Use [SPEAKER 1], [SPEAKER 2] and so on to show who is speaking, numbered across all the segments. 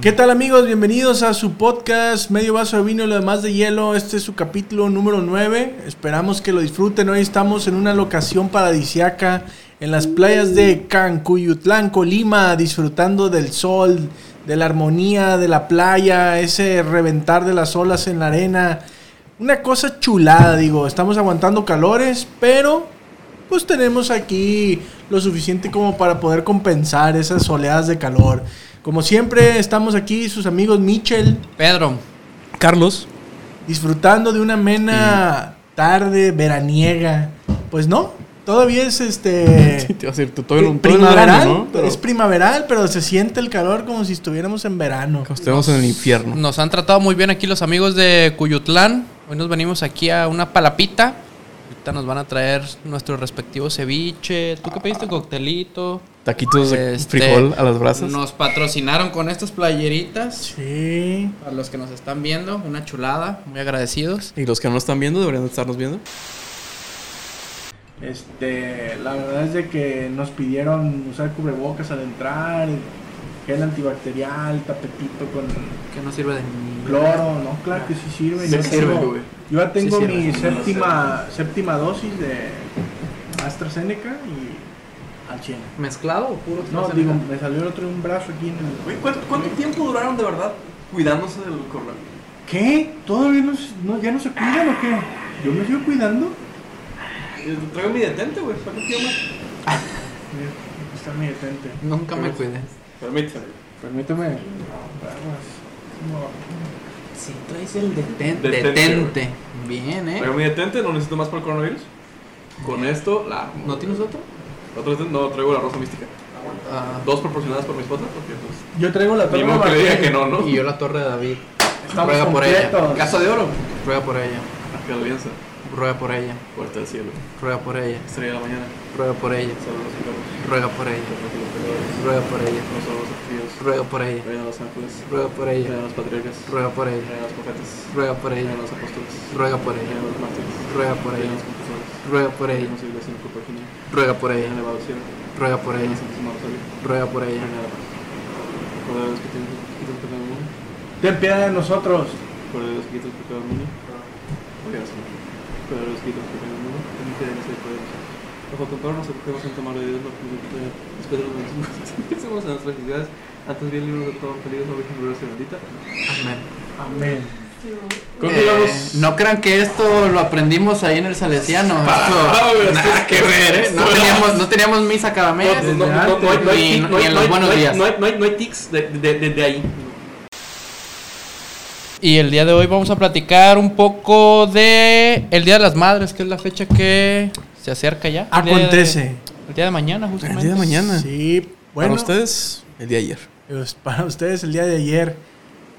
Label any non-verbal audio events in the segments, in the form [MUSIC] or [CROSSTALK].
[SPEAKER 1] ¿Qué tal amigos? Bienvenidos a su podcast Medio Vaso de Vino y lo demás de hielo. Este es su capítulo número 9. Esperamos que lo disfruten. Hoy estamos en una locación paradisiaca en las playas de Cancuyutlán, Colima, disfrutando del sol, de la armonía de la playa, ese reventar de las olas en la arena. Una cosa chulada, digo. Estamos aguantando calores, pero pues tenemos aquí lo suficiente como para poder compensar esas oleadas de calor. Como siempre, estamos aquí, sus amigos Mitchell,
[SPEAKER 2] Pedro,
[SPEAKER 3] Carlos.
[SPEAKER 1] disfrutando de una amena tarde veraniega. Pues no, todavía es
[SPEAKER 3] Sí,
[SPEAKER 1] este.
[SPEAKER 3] te iba a decir, tú todo un todo en
[SPEAKER 1] primaveral,
[SPEAKER 3] verano, ¿no? Eh, Pero
[SPEAKER 1] es primaveral, pero se siente el calor como si estuviéramos en verano.
[SPEAKER 3] estamos en el infierno.
[SPEAKER 2] nos han tratado muy bien aquí los amigos de Cuyutlán. Hoy nos venimos aquí a una palapita. Ahorita nos van a traer nuestro respectivo ceviche. ¿Tú qué pediste? Coctelito.
[SPEAKER 3] Taquitos de
[SPEAKER 2] Este,
[SPEAKER 3] frijol a las brasas.
[SPEAKER 2] Nos patrocinaron con estas playeritas.
[SPEAKER 1] Sí.
[SPEAKER 2] Para los que nos están viendo, una chulada. Muy agradecidos.
[SPEAKER 3] Y los que no nos están viendo deberían estarnos viendo.
[SPEAKER 1] Este, la verdad es de que nos pidieron usar cubrebocas al entrar, gel antibacterial, tapetito con
[SPEAKER 2] Que no sirve de mí.
[SPEAKER 1] Cloro, no, claro que sí sirve. yo,
[SPEAKER 3] sirve,
[SPEAKER 1] tengo-
[SPEAKER 3] güey.
[SPEAKER 1] yo ya tengo
[SPEAKER 2] Sí sirve,
[SPEAKER 1] mi
[SPEAKER 2] sí,
[SPEAKER 1] séptima, séptima dosis de AstraZeneca y al 100.
[SPEAKER 2] ¿Mezclado o puro?
[SPEAKER 1] No, digo, me salió el otro un brazo aquí en el...
[SPEAKER 4] Güey, ¿cuánto, cuánto tiempo duraron de verdad cuidándose del correo?
[SPEAKER 1] ¿Qué? ¿Todavía no, se- no- ya no se cuidan o qué? ¿Yo me sigo cuidando?
[SPEAKER 4] Eh, Traigo mi detente, güey. ¿Para qué tiempo?
[SPEAKER 1] Mira, Está mi detente.
[SPEAKER 2] Nunca me cuidé.
[SPEAKER 4] Permítame.
[SPEAKER 1] Permíteme. aguas.
[SPEAKER 2] Si traes el detente.
[SPEAKER 4] Detente,
[SPEAKER 2] Detente. Bien, ¿eh?
[SPEAKER 4] Traigo mi detente, no necesito más para el coronavirus. Con esto, la.
[SPEAKER 2] ¿No tienes otro?
[SPEAKER 4] Otro detente, no, traigo la rosa mística.
[SPEAKER 2] Ah,
[SPEAKER 4] Dos proporcionadas por mi esposa, porque pues.
[SPEAKER 1] Yo traigo la
[SPEAKER 4] Ni
[SPEAKER 1] torre
[SPEAKER 4] modo que le diga que no, ¿no?
[SPEAKER 2] y yo la torre de David.
[SPEAKER 1] Estamos
[SPEAKER 2] Ruega por
[SPEAKER 1] completos.
[SPEAKER 2] ella. Casa de oro. Ruega por ella.
[SPEAKER 4] Acá alianza.
[SPEAKER 2] Ruega por ella.
[SPEAKER 4] Puerta del cielo.
[SPEAKER 2] Ruega por ella.
[SPEAKER 4] Estrella de la mañana.
[SPEAKER 2] Ruega por ella.
[SPEAKER 4] Saludos y carros.
[SPEAKER 2] Ruega por ella.
[SPEAKER 4] Los rojos y los peleadores.
[SPEAKER 2] Ruega por ella.
[SPEAKER 4] No solo los activos.
[SPEAKER 2] Ruega por ella.
[SPEAKER 4] Reina de los ángeles.
[SPEAKER 2] Ruega por
[SPEAKER 4] Reina de
[SPEAKER 2] ella.
[SPEAKER 4] los patriarcas.
[SPEAKER 2] Ruega por
[SPEAKER 4] Reina
[SPEAKER 2] ella.
[SPEAKER 4] de los profetas.
[SPEAKER 2] Ruega por
[SPEAKER 4] Reina de
[SPEAKER 2] ella.
[SPEAKER 4] los apóstoles.
[SPEAKER 2] Ruega por
[SPEAKER 4] Reina
[SPEAKER 2] ella.
[SPEAKER 4] de los mártires.
[SPEAKER 2] Ruega por
[SPEAKER 4] Reina de los
[SPEAKER 2] ella.
[SPEAKER 4] confesores.
[SPEAKER 2] Ruega por
[SPEAKER 4] Reina de
[SPEAKER 2] ella.
[SPEAKER 4] los iglesias en Copaquini.
[SPEAKER 2] Ruega por
[SPEAKER 4] Reina
[SPEAKER 2] ella.
[SPEAKER 4] elevado al cielo.
[SPEAKER 2] Ruega por
[SPEAKER 4] Reina
[SPEAKER 2] ella.
[SPEAKER 4] santísima Rosario.
[SPEAKER 2] Ruega por ella.
[SPEAKER 4] Reina de la paz. Cordero de los que tienes que quitas el pecado del mundo.
[SPEAKER 1] Ten piedad de nosotros.
[SPEAKER 4] Cordero de los que quitas el pecado del mundo. Oiga, Señor. Cordero de los que quitas el pecado del mundo. Ten misericordia de nosotros. Bajo tu amparo nos acogemos en tu mano de Dios, lo que nos quita después de los [LAUGHS] bendecimos en nuestras necesidades, antes bien libros de todo peligro, no virgen gloriosa y bendita.
[SPEAKER 2] Amén.
[SPEAKER 1] Amén.
[SPEAKER 2] Eh, no crean que esto lo aprendimos ahí en el Salesiano.
[SPEAKER 3] Ah,
[SPEAKER 2] Esto, Ah, nada que ver, ¿eh? No teníamos, no teníamos misa cada mes.
[SPEAKER 4] No, no, no, no hay- no hay-
[SPEAKER 2] Ni-
[SPEAKER 4] no hay-
[SPEAKER 2] ni en
[SPEAKER 4] no hay-
[SPEAKER 2] los buenos
[SPEAKER 4] no hay-
[SPEAKER 2] días.
[SPEAKER 4] no hay- no hay- no hay tics de- de- de- de ahí.
[SPEAKER 2] Y el día de hoy vamos a platicar un poco de el Día de las Madres, que es la fecha que se acerca ya. El día de-
[SPEAKER 1] Acontece.
[SPEAKER 2] el día de mañana, justamente.
[SPEAKER 3] El día de mañana.
[SPEAKER 1] Sí, bueno.
[SPEAKER 3] Para ustedes, el día de ayer.
[SPEAKER 1] Pues, para ustedes el día de ayer.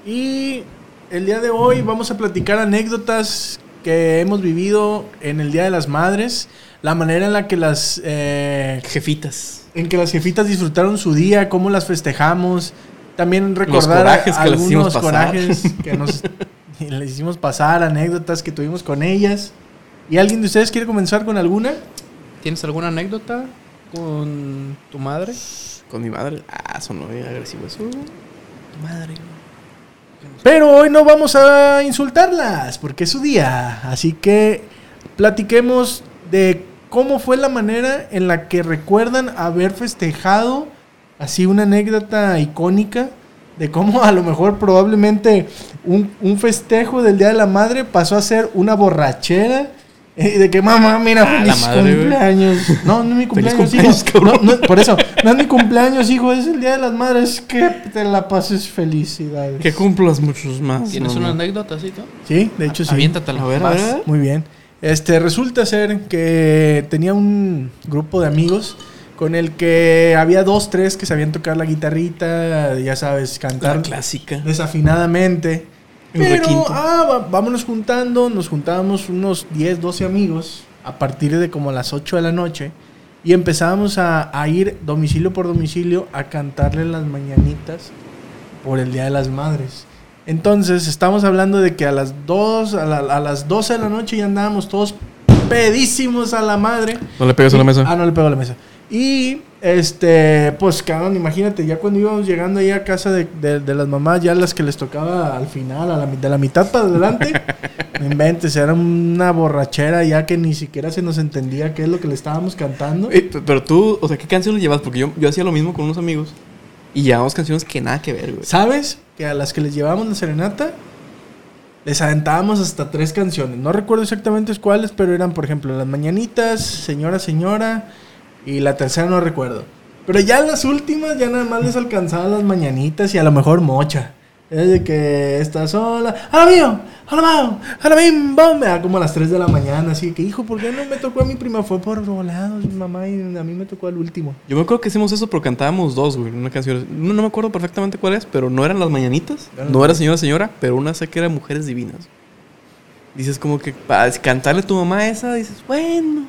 [SPEAKER 1] Y el día de hoy vamos a platicar anécdotas que hemos vivido en el Día de las Madres, la manera en la que las eh,
[SPEAKER 3] Jefitas.
[SPEAKER 1] en que las jefitas disfrutaron su día, cómo las festejamos, también recordar
[SPEAKER 3] corajes
[SPEAKER 1] a-
[SPEAKER 3] que las
[SPEAKER 1] algunos
[SPEAKER 3] hicimos pasar. [LAUGHS]
[SPEAKER 1] corajes que nos le hicimos pasar, anécdotas que tuvimos con ellas. ¿Y alguien de ustedes quiere comenzar con alguna?
[SPEAKER 2] ¿Tienes alguna anécdota con tu madre?
[SPEAKER 3] Con mi madre. Ah, sonó bien agresivo eso.
[SPEAKER 2] Madre.
[SPEAKER 1] Pero hoy no vamos a insultarlas, porque es su día. Así que platiquemos de cómo fue la manera en la que recuerdan haber festejado así una anécdota icónica de cómo a lo mejor probablemente un, un festejo del Día de la Madre pasó a ser una borrachera. eh, De que mamá, mira,
[SPEAKER 3] Ah, la
[SPEAKER 1] feliz
[SPEAKER 3] madre, güey.
[SPEAKER 1] cumpleaños. No, no es mi
[SPEAKER 3] [LAUGHS] Feliz
[SPEAKER 1] cumpleaños,
[SPEAKER 3] cumpleaños,
[SPEAKER 1] hijo. No, no, por eso, no es mi cumpleaños, hijo, es el Día de las Madres. Que te la pases felicidades.
[SPEAKER 3] Que cumplas muchos más.
[SPEAKER 2] ¿Tienes
[SPEAKER 3] mamá.
[SPEAKER 2] una anécdota, sí, tú?
[SPEAKER 1] Sí, de hecho sí.
[SPEAKER 2] Aviéntatela.
[SPEAKER 3] A ver, a
[SPEAKER 2] Vas.
[SPEAKER 3] ver.
[SPEAKER 1] Muy bien. Este, resulta ser que tenía un grupo de amigos con el que había dos, tres que sabían tocar la guitarrita, ya sabes,
[SPEAKER 3] La
[SPEAKER 1] cantar
[SPEAKER 3] clásica.
[SPEAKER 1] desafinadamente.
[SPEAKER 3] El
[SPEAKER 1] Pero,
[SPEAKER 3] requinto.
[SPEAKER 1] ah, va- vámonos juntando, nos juntábamos unos 10, 12 amigos a partir de como las 8 de la noche y empezábamos a, a ir domicilio por domicilio a cantarle las mañanitas por el Día de las Madres. Entonces, estamos hablando de que a las 2, a, la- a las 12 de la noche ya andábamos todos pedísimos a la madre.
[SPEAKER 3] No le pegues a la
[SPEAKER 1] Ah,
[SPEAKER 3] mesa.
[SPEAKER 1] no le pego a la mesa. Y este, pues cabrón, imagínate, ya cuando íbamos llegando ahí a casa de, de- de las mamás, ya las que les tocaba al final, a la, mi- de la mitad para
[SPEAKER 3] [LAUGHS]
[SPEAKER 1] adelante, no inventes, era una borrachera ya que ni siquiera se nos entendía qué es lo que le estábamos cantando.
[SPEAKER 3] Eh, pe- Pero tú, o sea, ¿qué canciones llevas? Porque yo, yo hacía lo mismo con unos amigos. Y llevamos canciones que nada que ver, güey.
[SPEAKER 1] ¿Sabes? Que a las que les llevábamos la serenata, les aventábamos hasta tres canciones. No recuerdo exactamente cuáles, pero eran, por ejemplo, Las Mañanitas, Señora, Señora, y la tercera no recuerdo. Pero ya las últimas, ya nada más les alcanzaban las mañanitas y a lo mejor mocha. Es de que estás sola. ¡Hala mío! ¡Hala mao! ¡Hala bim! bom! Ah, Como a las 3 de la mañana, así que, hijo, ¿por qué no me tocó a mi prima? Fue por volados, mi mamá, y a mí me tocó al último.
[SPEAKER 3] Yo me acuerdo que hicimos eso, pero cantábamos dos, güey. Una canción. No, no me acuerdo perfectamente cuál es, pero no eran las mañanitas.
[SPEAKER 1] Eran
[SPEAKER 3] No
[SPEAKER 1] las
[SPEAKER 3] era señora, señora, pero una sé que era mujeres divinas. Dices como que para cantarle a tu mamá esa, dices, bueno.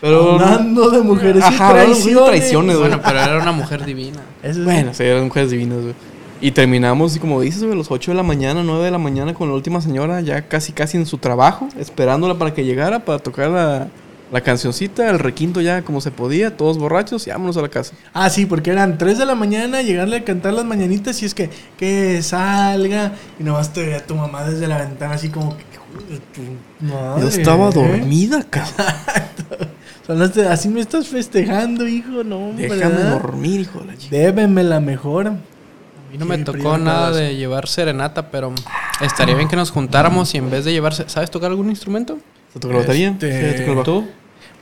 [SPEAKER 3] Pero.
[SPEAKER 1] Hablando de mujeres y
[SPEAKER 3] Ajá, hablando de mujeres y
[SPEAKER 1] traiciones.
[SPEAKER 3] traiciones.
[SPEAKER 2] Bueno, pero era una mujer divina.
[SPEAKER 1] Eso es-
[SPEAKER 3] Bueno, sí, eran mujeres divinas, güey. Y terminamos, y como dices, güey, a las 8 de la mañana, 9 de la mañana, con la última señora, ya casi casi en su trabajo, esperándola para que llegara, para tocar la, la cancioncita, el requinto ya como se podía, todos borrachos, y vámonos a la casa.
[SPEAKER 1] Ah, sí, porque eran 3 de la mañana, llegarle a cantar las mañanitas y es que, que salga. Y nomás te ve a tu mamá desde la ventana así como que... "Hijo de tu madre,
[SPEAKER 3] Yo estaba
[SPEAKER 1] ¿eh?
[SPEAKER 3] dormida, cabrón.
[SPEAKER 1] Son las de- así me estás festejando, hijo, no, hombre.
[SPEAKER 3] Déjame
[SPEAKER 1] ¿verdad?
[SPEAKER 3] dormir, hijo de la chica.
[SPEAKER 1] Débeme la mejor.
[SPEAKER 2] A mí no
[SPEAKER 1] Sí,
[SPEAKER 2] me
[SPEAKER 1] mi
[SPEAKER 2] tocó
[SPEAKER 1] primo
[SPEAKER 2] nada
[SPEAKER 1] Calabazo.
[SPEAKER 2] de llevar serenata, pero estaría bien que nos juntáramos y en vez de llevarse. ¿Sabes tocar algún instrumento?
[SPEAKER 3] ¿Se toca la batería?
[SPEAKER 1] Este-
[SPEAKER 3] Sí, se toca el bajo.
[SPEAKER 2] ¿Tú?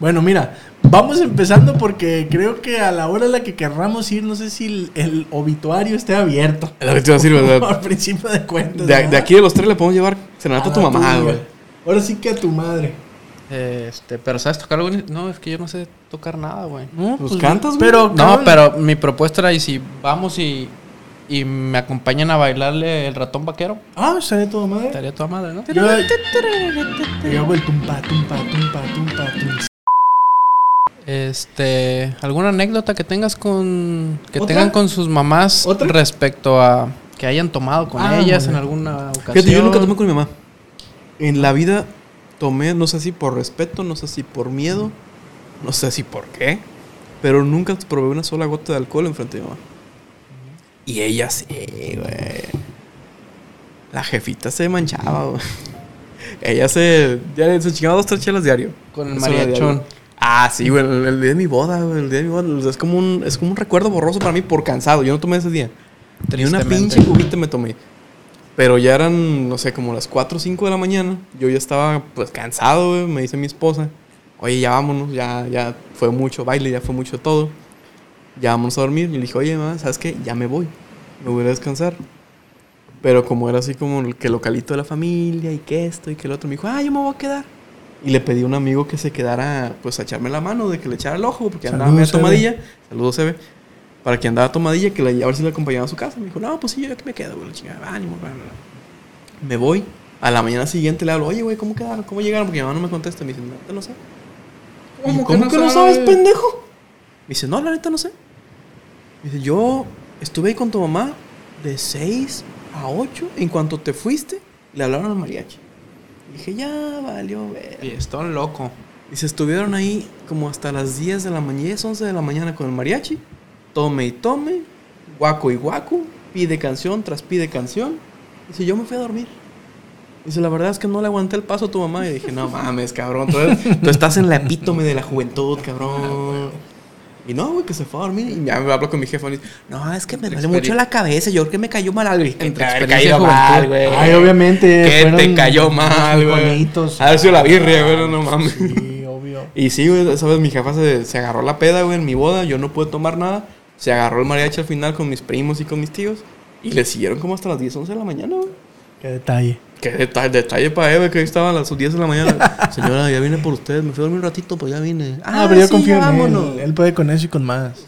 [SPEAKER 1] Bueno, mira, vamos empezando porque creo que a la hora a la que querramos ir, no sé si el, el obituario esté abierto.
[SPEAKER 3] Lo que te iba a
[SPEAKER 1] [LAUGHS]
[SPEAKER 3] decir, güey,
[SPEAKER 1] Por principio de cuentas.
[SPEAKER 3] De,
[SPEAKER 1] ¿verdad?
[SPEAKER 3] de aquí de los tres le podemos llevar serenata a tu
[SPEAKER 1] la
[SPEAKER 3] mamá,
[SPEAKER 1] tuya.
[SPEAKER 3] güey.
[SPEAKER 1] Ahora sí que a tu madre.
[SPEAKER 2] Eh, Este, pero ¿sabes tocar algún in- No, es que yo no sé tocar nada, güey.
[SPEAKER 1] No,
[SPEAKER 3] Pues cantas, güey.
[SPEAKER 1] Pero,
[SPEAKER 2] No,
[SPEAKER 1] cabrón,
[SPEAKER 2] pero mi propuesta era: y si vamos y, y me acompañan a bailarle el ratón vaquero,
[SPEAKER 1] Ah, sale todo madre.
[SPEAKER 2] estaría toda madre, ¿no?
[SPEAKER 1] Yo, yo hago el tumpa, tumpa, tumpa, tumpa, tumpa.
[SPEAKER 2] Este, ¿alguna anécdota que tengas con que
[SPEAKER 1] ¿Otra?
[SPEAKER 2] tengan con sus mamás
[SPEAKER 1] ¿Otra?
[SPEAKER 2] respecto a que hayan tomado con
[SPEAKER 1] Ah,
[SPEAKER 2] ellas
[SPEAKER 1] bueno.
[SPEAKER 2] en alguna ocasión?
[SPEAKER 3] Fíjate, yo nunca tomé con mi mamá. En la vida tomé, no sé si por respeto, no sé si por miedo, no sé si por qué, pero nunca probé una sola gota de alcohol enfrente de mi mamá. Y ella sí, güey. La jefita se manchaba, güey. Ella se. Ya se chingaba dos, tres chelas diario.
[SPEAKER 2] Con el
[SPEAKER 3] Eso era
[SPEAKER 2] mariachón.
[SPEAKER 3] diario. Ah, sí, güey. El, el día de mi boda, güey. El día de mi boda. o sea, Es como, un, es como un recuerdo borroso para mí por cansado. Yo no tomé ese día. Ni una
[SPEAKER 2] Tristemente.
[SPEAKER 3] pinche cubita me tomé. Pero ya eran, no sé, como las 4 o 5 de la mañana. Yo ya estaba, pues, cansado, güey. Me dice mi esposa, oye, ya vámonos, ya, ya fue mucho baile, ya fue mucho todo. Ya vámonos a dormir. Y le dije, oye, mamá, ¿sabes qué? Ya me voy. Me voy a ir a descansar. Pero como era así como el que localito de la familia y que esto y que lo otro, me dijo, ah, yo me voy a quedar. Y le pedí a un amigo que se quedara, pues, a echarme la mano, de que le echara el ojo, porque andaba
[SPEAKER 1] Saludos,
[SPEAKER 3] medio
[SPEAKER 1] Eve.
[SPEAKER 3] tomadilla. Saludos, Eve. Para que andaba tomadilla, que la, a ver si le acompañaba a su casa. Me dijo, no, pues sí, yo aquí me quedo, güey, la chingada, ánimo, bla, bla, bla". Me voy. A la mañana siguiente le hablo, oye, güey, ¿cómo quedaron? ¿Cómo llegaron? Porque mi mamá no me contesta. Me dice, no, neta, no sé. ¿Cómo,
[SPEAKER 2] que
[SPEAKER 3] ¿cómo
[SPEAKER 2] no
[SPEAKER 3] que no
[SPEAKER 2] sabes?
[SPEAKER 3] sabes, pendejo? Me dice, no, la neta, no sé. Me dice, yo estuve ahí con tu mamá de 6 a 8. En cuanto te fuiste, le hablaron al mariachi. Dije, ya valió, ver.
[SPEAKER 2] Y estoy loco.
[SPEAKER 3] Y se estuvieron ahí como hasta las 10 de la mañana, 10, 11 de la mañana con el mariachi. Tome y tome, guaco y guaco, pide canción tras pide canción. Dice, yo me fui a dormir. Dice, la verdad es que no le aguanté el paso a tu mamá. Y dije, no mames, cabrón, tú, eres- tú estás en la epítome de la juventud, cabrón. Y no, güey, que se fue a dormir. Y ya me hablo con mi jefe. y dice, no, es que me duele mucho la cabeza. Yo creo que me cayó mal algo. Y que
[SPEAKER 2] Entre
[SPEAKER 3] te haber
[SPEAKER 2] experiencia
[SPEAKER 3] caído
[SPEAKER 2] y
[SPEAKER 3] mal,
[SPEAKER 2] juventud.
[SPEAKER 3] güey.
[SPEAKER 1] Ay, obviamente.
[SPEAKER 3] Que te
[SPEAKER 1] fueron
[SPEAKER 3] cayó mal, güey.
[SPEAKER 1] bonitos.
[SPEAKER 3] A ver si la birria, güey, no mames.
[SPEAKER 1] Sí, obvio.
[SPEAKER 3] Y sí, güey, esa vez mi jefa se, se agarró la peda, güey, en mi boda. Yo no pude tomar nada. Se agarró el mariachi al final con mis primos y con mis tíos. Y le siguieron como hasta las 10, 11 de la mañana, güey.
[SPEAKER 1] Qué detalle.
[SPEAKER 3] Qué detalle, detalle para Eve, que ahí estaban las 10 de la [LAUGHS] mañana. Señora, ya vine por usted. Me fui a dormir un ratito, pues ya vine.
[SPEAKER 1] Ah, pero yo
[SPEAKER 3] sí,
[SPEAKER 1] confío
[SPEAKER 3] ya
[SPEAKER 1] en
[SPEAKER 3] vámonos.
[SPEAKER 1] él. Él puede con eso y con más.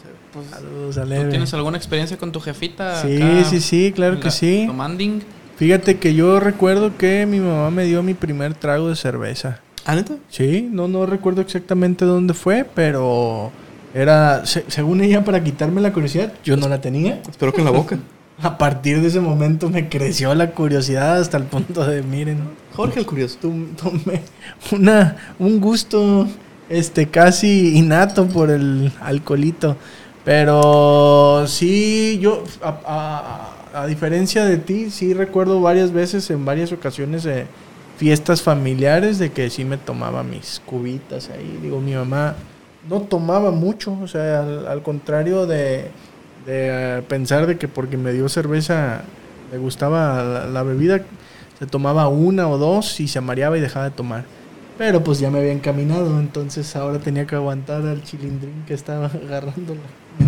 [SPEAKER 1] Saludos a
[SPEAKER 2] ¿Tú
[SPEAKER 1] Leve.
[SPEAKER 2] tienes alguna experiencia con tu jefita?
[SPEAKER 1] Sí,
[SPEAKER 2] acá?
[SPEAKER 1] sí, sí, claro que
[SPEAKER 2] La-
[SPEAKER 1] sí.
[SPEAKER 2] Tomanding.
[SPEAKER 1] Fíjate que yo recuerdo que mi mamá me dio mi primer trago de cerveza.
[SPEAKER 3] ¿Ah, neta?
[SPEAKER 1] Sí, no, no recuerdo exactamente dónde fue, pero era, se- según ella, para quitarme la curiosidad, yo no la tenía.
[SPEAKER 3] Espero que en la boca.
[SPEAKER 1] A partir de ese momento me creció la curiosidad hasta el punto de, miren,
[SPEAKER 3] Jorge el curioso.
[SPEAKER 1] tom- tomé una, un gusto este, casi innato por el alcoholito. Pero sí, yo, a, a- a diferencia de ti, sí recuerdo varias veces, en varias ocasiones, eh, fiestas familiares de que sí me tomaba mis cubitas ahí. Digo, mi mamá no tomaba mucho, o sea, al, al contrario de, de eh, pensar de que porque me dio cerveza le gustaba la, la bebida, se tomaba una o dos y se amareaba y dejaba de tomar. Pero pues ya me había encaminado, entonces ahora tenía que aguantar al chilindrín que estaba [LAUGHS] agarrándolo.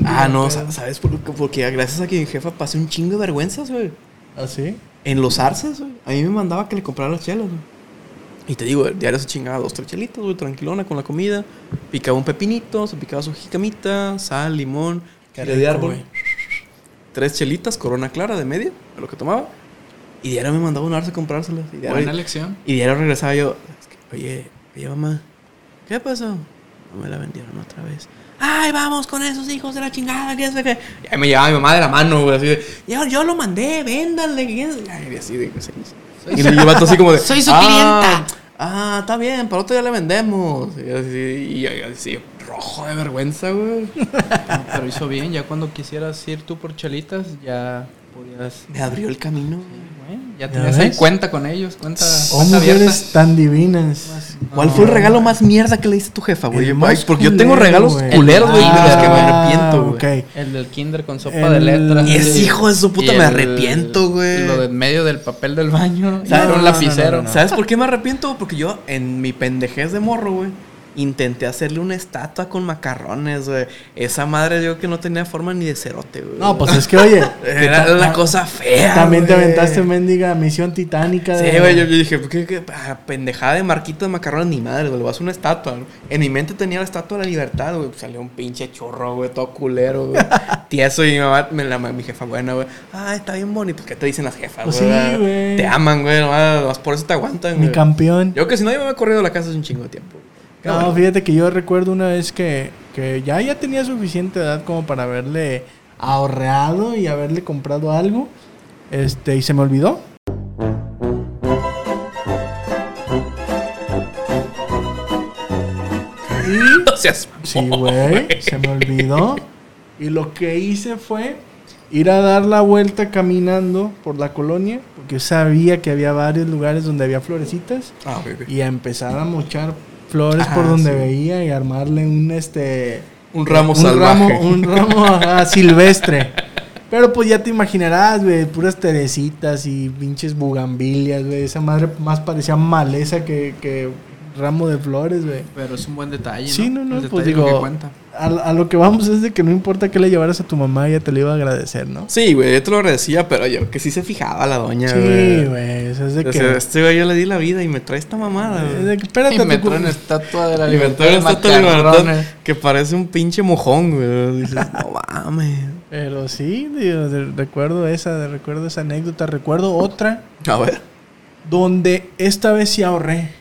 [SPEAKER 3] Ah, no, sa- ¿sabes por qué? Porque gracias a que mi jefa pasé un chingo de vergüenzas, güey.
[SPEAKER 1] ¿Así?
[SPEAKER 3] En los arces, güey. A mí me mandaba que le comprara las chelas, güey. Y te digo, el diario se chingaba dos, tres chelitas, güey, tranquilona con la comida. Picaba un pepinito, se picaba su jicamita, sal, limón,
[SPEAKER 1] Qué
[SPEAKER 3] chile de
[SPEAKER 1] rico,
[SPEAKER 3] árbol.
[SPEAKER 1] güey.
[SPEAKER 3] Tres chelitas, corona clara de media, a lo que tomaba. Y diario me mandaba un arce a comprárselas. Y diario,
[SPEAKER 5] Buena lección.
[SPEAKER 3] y diario regresaba yo, es que, oye, oye, mamá, ¿qué pasó? No me la vendieron otra vez. Ay, vamos con esos hijos de la chingada, que es que. Y ahí me llevaba mi mamá de la mano, güey, así de, yo, yo lo mandé, véndanle, que quién sabe". Y así de, que se- Y el vato así como de,
[SPEAKER 5] Soy su
[SPEAKER 3] "Ah, Ah, está bien, para otro día le vendemos. Y así, y yo- yo así, rojo de vergüenza, güey.
[SPEAKER 2] No, pero hizo bien, ya cuando quisieras ir tú por chelitas, ya podías.
[SPEAKER 3] Me abrió el camino, güey.
[SPEAKER 2] Bueno, ya
[SPEAKER 1] ¿Ya
[SPEAKER 2] tenías ahí
[SPEAKER 1] ves?
[SPEAKER 2] cuenta con ellos, cuenta,
[SPEAKER 1] Oh,
[SPEAKER 2] cuenta abierta.
[SPEAKER 1] mujeres tan divinas.
[SPEAKER 3] ¿Cuál
[SPEAKER 2] No.
[SPEAKER 3] fue el regalo más mierda que le hiciste a tu jefa, güey?
[SPEAKER 1] El
[SPEAKER 3] Yo-
[SPEAKER 1] más
[SPEAKER 3] Porque yo tengo
[SPEAKER 1] culero,
[SPEAKER 3] regalos
[SPEAKER 1] güey.
[SPEAKER 3] culeros, güey, de los que me
[SPEAKER 1] Ah,
[SPEAKER 3] arrepiento, güey.
[SPEAKER 1] ok.
[SPEAKER 2] El del kinder con sopa
[SPEAKER 1] El-
[SPEAKER 2] de letras.
[SPEAKER 1] Y
[SPEAKER 3] es
[SPEAKER 2] Y-
[SPEAKER 3] hijo de su puta,
[SPEAKER 2] y
[SPEAKER 3] me
[SPEAKER 2] el-
[SPEAKER 3] arrepiento, güey.
[SPEAKER 2] Lo de en medio del papel del baño. Y
[SPEAKER 3] ¿Sabes?
[SPEAKER 2] era
[SPEAKER 3] No, no,
[SPEAKER 2] un lapicero.
[SPEAKER 1] no, no,
[SPEAKER 2] [LAUGHS]
[SPEAKER 1] no.
[SPEAKER 3] ¿Sabes por qué me arrepiento? Porque yo, en mi pendejez de morro, güey, intenté hacerle una estatua con macarrones, güey. Esa madre, yo que no tenía forma ni de cerote, güey.
[SPEAKER 1] No, pues es que
[SPEAKER 3] [LAUGHS]
[SPEAKER 1] oye.
[SPEAKER 3] Era
[SPEAKER 1] que ta-
[SPEAKER 3] la cosa fea.
[SPEAKER 1] También te
[SPEAKER 3] güey.
[SPEAKER 1] aventaste mendiga misión titánica.
[SPEAKER 3] Sí,
[SPEAKER 1] de-
[SPEAKER 3] güey, yo, yo dije, ¿qué, qué ah, pendejada de marquito de macarrones? Ni madre, güey, le vas a hacer una estatua. ¿no? En mi mente tenía la estatua de la libertad, güey. pues, Salió un pinche chorro, güey, todo
[SPEAKER 1] [LAUGHS]
[SPEAKER 3] culero, güey. Tieso y mi mamá, me la- mi jefa, buena, güey. Ah, está bien bonito. ¿Qué te dicen las jefas,
[SPEAKER 1] Pues sí, güey.
[SPEAKER 3] Te aman, güey, nomás, nomás por eso te aguantan,
[SPEAKER 1] Mi
[SPEAKER 3] güey.
[SPEAKER 1] campeón.
[SPEAKER 3] Yo que si no, yo me había corrido de la casa hace un chingo de tiempo. güey. Qué
[SPEAKER 1] No,
[SPEAKER 3] bueno.
[SPEAKER 1] fíjate que yo recuerdo una vez que, que ya, ya tenía suficiente edad como para haberle ahorreado y haberle comprado algo. Este, y se me olvidó. Y
[SPEAKER 3] No seas- [LAUGHS]
[SPEAKER 1] Sí, güey, se me olvidó. Y lo que hice fue ir a dar la vuelta caminando por la colonia, porque yo sabía que había varios lugares donde había florecitas,
[SPEAKER 3] Ah, güey.
[SPEAKER 1] y a empezar a mochar flores
[SPEAKER 3] Ah,
[SPEAKER 1] por donde
[SPEAKER 3] sí.
[SPEAKER 1] veía y armarle un este
[SPEAKER 3] Un ramo
[SPEAKER 1] un
[SPEAKER 3] salvaje.
[SPEAKER 1] ramo- un ramo ajá, silvestre. Pero pues ya te imaginarás, güey, puras teresitas y pinches bugambilias, güey. Esa madre más parecía maleza que, que ramo de flores, güey.
[SPEAKER 5] Pero es un buen detalle. ¿no?
[SPEAKER 1] Sí, no, no,
[SPEAKER 5] El
[SPEAKER 1] pues
[SPEAKER 5] detalle es lo que
[SPEAKER 1] digo,
[SPEAKER 5] cuenta.
[SPEAKER 1] a, a lo que vamos es de que no importa qué le llevaras a tu mamá, ella te lo iba a agradecer, ¿no?
[SPEAKER 3] Sí, güey, yo te lo agradecía, pero yo que sí se fijaba la doña,
[SPEAKER 1] Sí, güey, o sea, es de
[SPEAKER 3] O
[SPEAKER 1] que...
[SPEAKER 3] sea, este güey yo le di la vida y me trae esta mamada,
[SPEAKER 1] es
[SPEAKER 3] güey.
[SPEAKER 1] de que espérate,
[SPEAKER 2] Y me
[SPEAKER 1] tu cu-
[SPEAKER 2] trae una estatua de la libertad.
[SPEAKER 3] Libertadores
[SPEAKER 2] de
[SPEAKER 3] está tan libertad
[SPEAKER 2] macarrones.
[SPEAKER 3] que parece un pinche mojón, güey. Dices, no mames.
[SPEAKER 1] Pero sí, digo, de- recuerdo esa, de- recuerdo esa anécdota, recuerdo otra
[SPEAKER 3] A ver.
[SPEAKER 1] donde esta vez sí ahorré.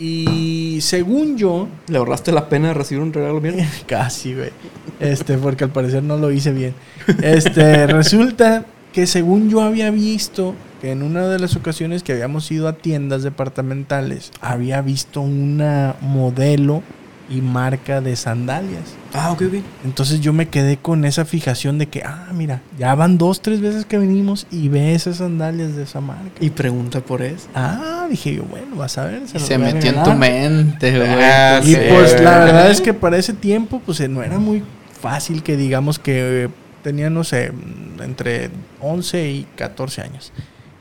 [SPEAKER 1] Y según yo, [LAUGHS]
[SPEAKER 3] Le ahorraste la pena de recibir un regalo mierda.
[SPEAKER 1] Casi, güey. Este, porque al parecer no lo hice bien.
[SPEAKER 2] [LAUGHS]
[SPEAKER 1] Este, resulta que según yo había visto que en una de las ocasiones que habíamos ido a tiendas departamentales, había visto una modelo y marca de sandalias.
[SPEAKER 3] Ah, ok, ok.
[SPEAKER 1] Entonces yo me quedé con esa fijación de que, ah, mira, ya van dos, tres veces que venimos y ve esas sandalias de esa marca.
[SPEAKER 3] Y pregunta por eso.
[SPEAKER 1] Ah, dije yo, bueno, vas a ver.
[SPEAKER 2] Y
[SPEAKER 1] las
[SPEAKER 2] se
[SPEAKER 1] voy a
[SPEAKER 2] metió en tu
[SPEAKER 1] regalar.
[SPEAKER 2] mente, güey.
[SPEAKER 3] Ah,
[SPEAKER 1] Y
[SPEAKER 3] Sí,
[SPEAKER 2] Entonces,
[SPEAKER 1] pues
[SPEAKER 3] güey.
[SPEAKER 1] la verdad
[SPEAKER 2] [LAUGHS]
[SPEAKER 1] es que para ese tiempo, pues eh, no era muy fácil que digamos que eh, tenía, no sé, mm, entre 11 y 14 años.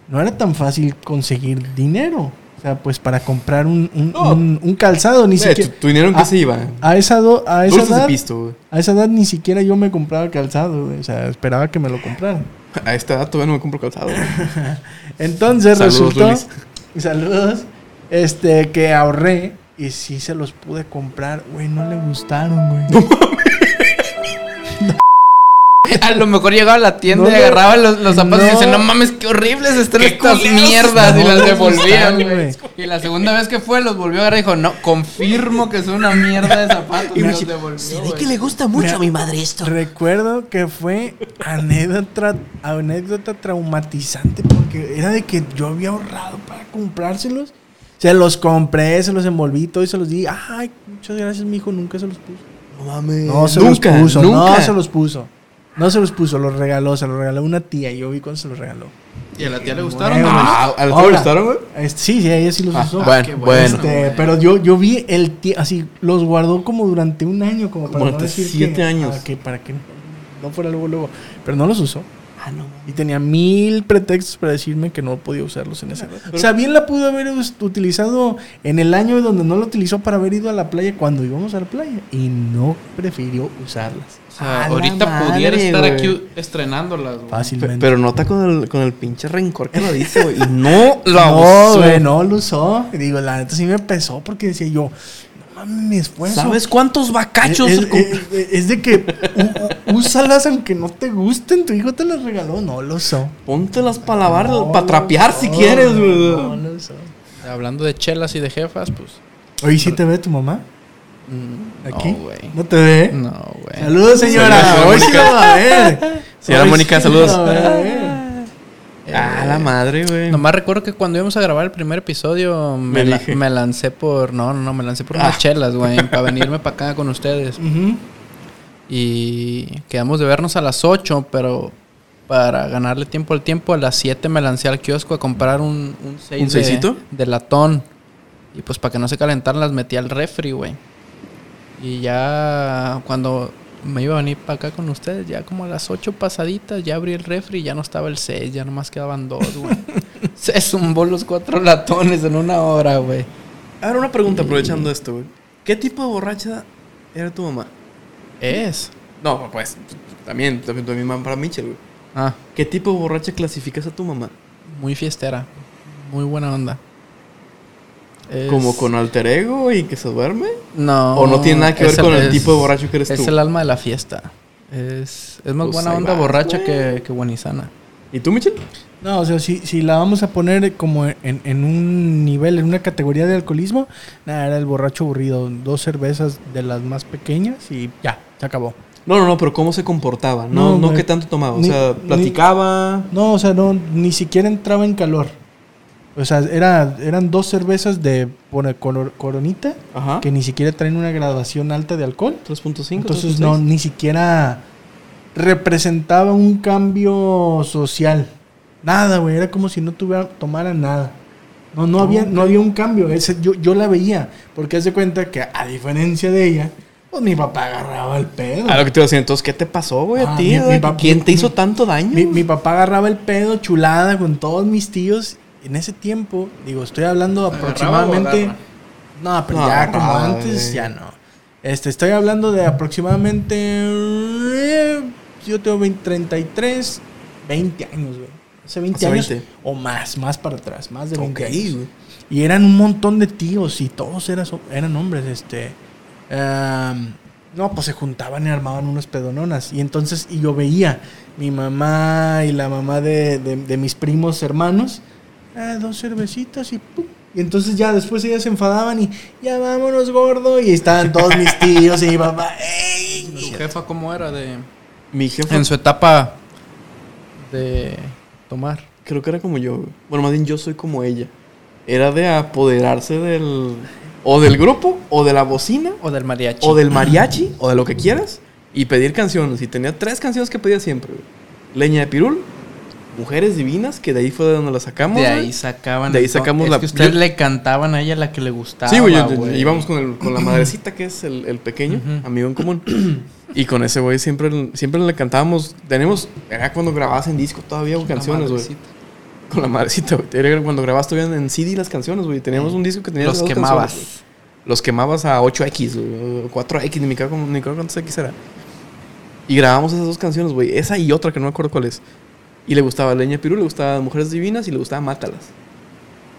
[SPEAKER 1] No era tan fácil conseguir dinero. O sea, pues para comprar un, un-
[SPEAKER 3] No.
[SPEAKER 1] un- un calzado, ni
[SPEAKER 3] Eh,
[SPEAKER 1] siquiera.
[SPEAKER 3] ¿Tu, tu dinero en qué
[SPEAKER 1] Ah,
[SPEAKER 3] se iba?
[SPEAKER 1] A esa, do- a, esa
[SPEAKER 3] Dulces de
[SPEAKER 1] edad,
[SPEAKER 3] pisto, güey.
[SPEAKER 1] a esa edad ni siquiera yo me compraba calzado. güey. O sea, esperaba que me lo compraran.
[SPEAKER 3] A esta edad todavía no me compro calzado. güey.
[SPEAKER 1] Entonces
[SPEAKER 3] Saludos,
[SPEAKER 1] resultó.
[SPEAKER 3] Lulis.
[SPEAKER 1] [LAUGHS] Saludos. Este, que ahorré y sí se los pude comprar. Güey, no le gustaron, güey.
[SPEAKER 2] A lo mejor llegaba a la tienda
[SPEAKER 1] No
[SPEAKER 2] y
[SPEAKER 1] le-
[SPEAKER 2] agarraba los, los zapatos y
[SPEAKER 1] no.
[SPEAKER 2] dice, no mames, qué horribles están
[SPEAKER 3] Qué
[SPEAKER 2] estas
[SPEAKER 3] culeros
[SPEAKER 2] mierdas. y
[SPEAKER 1] están,
[SPEAKER 2] las
[SPEAKER 1] güey. Están,
[SPEAKER 2] devolvían, güey. Y la segunda vez que fue, los volvió a agarrar y dijo, no, confirmo que son una mierda de
[SPEAKER 1] [LAUGHS]
[SPEAKER 2] zapatos. Y
[SPEAKER 1] me-
[SPEAKER 2] los devolvió, güey.
[SPEAKER 5] gusta
[SPEAKER 1] mucho a mi
[SPEAKER 5] madre esto.
[SPEAKER 1] Recuerdo que fue anécdota, anécdota traumatizante porque era de que yo había ahorrado para comprárselos. Se los compré, se los envolví, todo y se los di. Ay, muchas gracias, mijo, nunca se los puso.
[SPEAKER 3] No mames.
[SPEAKER 1] No se
[SPEAKER 3] Eh, nunca,
[SPEAKER 1] los puso,
[SPEAKER 3] nunca.
[SPEAKER 1] no se los puso. No se los puso, los regaló, se los regaló una tía. Yo vi cuando se los regaló.
[SPEAKER 2] ¿Y a la tía le
[SPEAKER 1] gustaron,
[SPEAKER 2] gustaron?
[SPEAKER 1] Nuevo.
[SPEAKER 2] No,
[SPEAKER 3] Ah, ¿A la tía le
[SPEAKER 1] Ahora.
[SPEAKER 3] gustaron, güey?
[SPEAKER 1] Este, sí, sí, ella sí los
[SPEAKER 3] Ah,
[SPEAKER 1] usó.
[SPEAKER 3] bueno,
[SPEAKER 2] qué
[SPEAKER 3] bueno.
[SPEAKER 1] Este, pero yo, yo vi el tío, así, los guardó como durante un año, como para
[SPEAKER 3] Como
[SPEAKER 1] no
[SPEAKER 3] durante
[SPEAKER 1] decir
[SPEAKER 3] siete
[SPEAKER 1] que-
[SPEAKER 3] años.
[SPEAKER 1] ah, que para que no fuera luego, luego. Pero no los usó.
[SPEAKER 3] Ah, no.
[SPEAKER 1] Y tenía mil pretextos para decirme que no podía usarlos en ese O sea, bien la pudo haber us- utilizado en el año donde no la utilizó para haber ido a la playa cuando íbamos a la playa. Y no prefirió usarlas.
[SPEAKER 2] o sea,
[SPEAKER 3] A la
[SPEAKER 2] ahorita
[SPEAKER 3] madre,
[SPEAKER 2] pudiera estar
[SPEAKER 3] güey.
[SPEAKER 2] aquí estrenándolas, güey.
[SPEAKER 1] Fácilmente.
[SPEAKER 3] Pero nota con el, con el pinche rencor que lo dice, güey.
[SPEAKER 1] [LAUGHS]
[SPEAKER 3] Y no la
[SPEAKER 1] no,
[SPEAKER 3] usó.
[SPEAKER 1] güey, no lo usó. Y digo, la neta sí me pesó porque decía yo, no mames, mi esfuerzo.
[SPEAKER 3] ¿Sabes cuántos
[SPEAKER 1] Es,
[SPEAKER 3] bacachos?
[SPEAKER 1] es-
[SPEAKER 3] com-
[SPEAKER 1] es- es de que u- u- úsalas aunque no te gusten. Tu hijo te las regaló. No lo usó.
[SPEAKER 3] Póntelas para lavar,
[SPEAKER 1] No
[SPEAKER 3] para
[SPEAKER 1] lo
[SPEAKER 3] trapear si
[SPEAKER 1] usó,
[SPEAKER 3] quieres, güey.
[SPEAKER 1] No lo usó.
[SPEAKER 2] Hablando de chelas y de jefas, pues.
[SPEAKER 1] Oye, ¿sí te ve tu mamá?
[SPEAKER 2] mm,
[SPEAKER 1] ¿Aquí?
[SPEAKER 2] No, güey.
[SPEAKER 1] ¿No te ve?
[SPEAKER 2] No, güey.
[SPEAKER 1] Saludos, señora.
[SPEAKER 3] Señora
[SPEAKER 1] Hoy sí la va a ver.
[SPEAKER 3] Señora
[SPEAKER 1] Hoy
[SPEAKER 3] Mónica,
[SPEAKER 1] sí
[SPEAKER 3] saludos.
[SPEAKER 1] la va a ver. eh,
[SPEAKER 3] Ah, la madre, güey.
[SPEAKER 2] Nomás recuerdo que cuando íbamos a grabar el primer episodio me,
[SPEAKER 3] Me
[SPEAKER 2] la-
[SPEAKER 3] dije. Ah.
[SPEAKER 2] me lancé por. No, no, no, me lancé por unas chelas,
[SPEAKER 3] [LAUGHS]
[SPEAKER 2] güey, para venirme para acá con ustedes.
[SPEAKER 1] Ujú.
[SPEAKER 2] Y quedamos de vernos a las 8, pero para ganarle tiempo al tiempo, a las 7 me lancé al kiosco a comprar un, un, seis
[SPEAKER 3] ¿Un
[SPEAKER 2] de-
[SPEAKER 3] seisito?
[SPEAKER 2] De, latón. Y pues para que no se calentaran, las metí al refri, güey. Y ya cuando me iba a venir para acá con ustedes, ya como a las 8 pasaditas, ya abrí el refri y ya no estaba el 6, ya nomás quedaban dos,
[SPEAKER 3] [LAUGHS]
[SPEAKER 2] güey. se zumbó los cuatro latones en una hora, güey.
[SPEAKER 3] A ver, una pregunta
[SPEAKER 1] eh,
[SPEAKER 3] aprovechando esto, güey. ¿Qué tipo de borracha era tu mamá? ¿Eh?
[SPEAKER 2] Es.
[SPEAKER 3] No, pues, también, también tu mamá para Michel, güey.
[SPEAKER 2] Ah,
[SPEAKER 3] ¿Qué tipo de borracha clasificas a tu mamá?
[SPEAKER 2] muy fiestera. Muy buena onda. Es-
[SPEAKER 3] ¿Como con alter ego y que se duerme?
[SPEAKER 2] No.
[SPEAKER 3] ¿O no tiene nada que ver
[SPEAKER 2] es
[SPEAKER 3] con el tipo de borracho que eres
[SPEAKER 2] Es
[SPEAKER 3] tú?
[SPEAKER 2] el alma de la fiesta. Es, es más
[SPEAKER 3] Pues
[SPEAKER 2] buena
[SPEAKER 3] ahí
[SPEAKER 2] onda
[SPEAKER 3] vas,
[SPEAKER 2] borracha
[SPEAKER 3] güey.
[SPEAKER 2] que, que buenizana.
[SPEAKER 3] ¿Y tú, Michel?
[SPEAKER 1] No, o sea, si, si la vamos a poner como en, en un nivel, en una categoría de alcoholismo, nada, era el borracho aburrido. Dos cervezas de las más pequeñas y ya, se acabó.
[SPEAKER 3] No, no, no, pero ¿cómo se comportaba?
[SPEAKER 1] No,
[SPEAKER 3] No, no,
[SPEAKER 1] güey.
[SPEAKER 3] qué tanto tomaba. O
[SPEAKER 1] Ni-
[SPEAKER 3] sea,
[SPEAKER 1] ni-
[SPEAKER 3] platicaba.
[SPEAKER 1] No, o sea, no, ni siquiera entraba en calor. O sea, era, eran dos cervezas de por- color- coronita
[SPEAKER 3] Ajá.
[SPEAKER 1] que ni siquiera traen una graduación alta de alcohol.
[SPEAKER 3] 3.5.
[SPEAKER 1] Entonces no, ni siquiera representaba un cambio social. Nada, güey. Era como si no tuviera, tomara nada. No, no había, no había un cambio. Ese, yo, yo la veía. Porque hace cuenta que, a diferencia de ella, pues mi papá agarraba el pedo.
[SPEAKER 3] A Ah, lo que te iba a decir, entonces, ¿qué te pasó, güey, a
[SPEAKER 1] Ah,
[SPEAKER 3] ti?
[SPEAKER 1] mi- mi
[SPEAKER 3] güey?
[SPEAKER 1] pap-
[SPEAKER 3] ¿Quién te
[SPEAKER 1] mi-
[SPEAKER 3] hizo tanto daño?
[SPEAKER 1] Mi, mi papá agarraba el pedo chulada con todos mis tíos. En ese tiempo, digo, estoy hablando
[SPEAKER 2] ¿Agarraba o
[SPEAKER 1] aproximadamente.
[SPEAKER 2] agarra?
[SPEAKER 1] No, pero
[SPEAKER 3] No,
[SPEAKER 1] ya como
[SPEAKER 3] agarraba,
[SPEAKER 1] antes,
[SPEAKER 3] güey.
[SPEAKER 1] ya no. Este, estoy hablando de aproximadamente. eh, Yo tengo 20, 33, 20 años, güey. Hace 20
[SPEAKER 3] Hace
[SPEAKER 1] años
[SPEAKER 3] 20.
[SPEAKER 1] o más, más para atrás, más de 20
[SPEAKER 3] Ok,
[SPEAKER 1] años.
[SPEAKER 3] güey.
[SPEAKER 1] Y eran un montón de tíos y todos eran, eran hombres, este... ehm, no, pues se juntaban y armaban unas pedononas. Y entonces, y yo veía mi mamá y la mamá de, de- de mis primos hermanos, ah, dos cervecitas y pum. Y entonces ya después ellas se enfadaban y ya vámonos gordo. Y estaban todos mis tíos y mi papá.
[SPEAKER 2] ¿Tu
[SPEAKER 1] ¡Ey!
[SPEAKER 2] jefa cómo era de,
[SPEAKER 3] Mi jefa,
[SPEAKER 2] en su etapa de tomar?
[SPEAKER 3] creo que era como yo, güey. Bueno, más bien yo soy como ella. Era de apoderarse del. O del grupo, o de la bocina,
[SPEAKER 2] O del mariachi.
[SPEAKER 3] o del mariachi, o de lo que quieras. Y pedir canciones. Y tenía tres canciones que pedía siempre, güey. Leña de Pirul, Mujeres Divinas, que de ahí fue de donde la sacamos.
[SPEAKER 2] De
[SPEAKER 3] güey.
[SPEAKER 2] ahí sacaban.
[SPEAKER 3] De ahí
[SPEAKER 2] el to-
[SPEAKER 3] sacamos
[SPEAKER 2] es
[SPEAKER 3] la-
[SPEAKER 2] que ustedes
[SPEAKER 3] yo-
[SPEAKER 2] le cantaban a ella la que le gustaba.
[SPEAKER 3] Sí, güey, yo- yo-
[SPEAKER 2] güey.
[SPEAKER 3] íbamos con, el-
[SPEAKER 2] [CLEARS THROAT]
[SPEAKER 3] con la madrecita que es el, el pequeño,
[SPEAKER 2] Ujú.
[SPEAKER 3] amigo en común.
[SPEAKER 2] [CLEARS THROAT]
[SPEAKER 3] y con ese güey siempre, siempre le cantábamos. Tenemos, era cuando grababas en disco todavía güey,
[SPEAKER 2] La
[SPEAKER 3] canciones, güey.
[SPEAKER 2] madrecita.
[SPEAKER 3] Con la madrecita, güey. Era cuando grababas todavía en CD las canciones, güey. Teníamos un disco que tenía
[SPEAKER 2] Los
[SPEAKER 3] dos canciones, güey.
[SPEAKER 2] quemabas.
[SPEAKER 3] Los quemabas a 8X, güey, o 4X, ni me acuerdo cómo- ni me acuerdo cuántos X era. Y grabamos esas dos canciones, güey. Esa y otra que no me acuerdo cuál es. Y le gustaba Leña Pirú, le gustaba Mujeres Divinas y le gustaba Mátalas.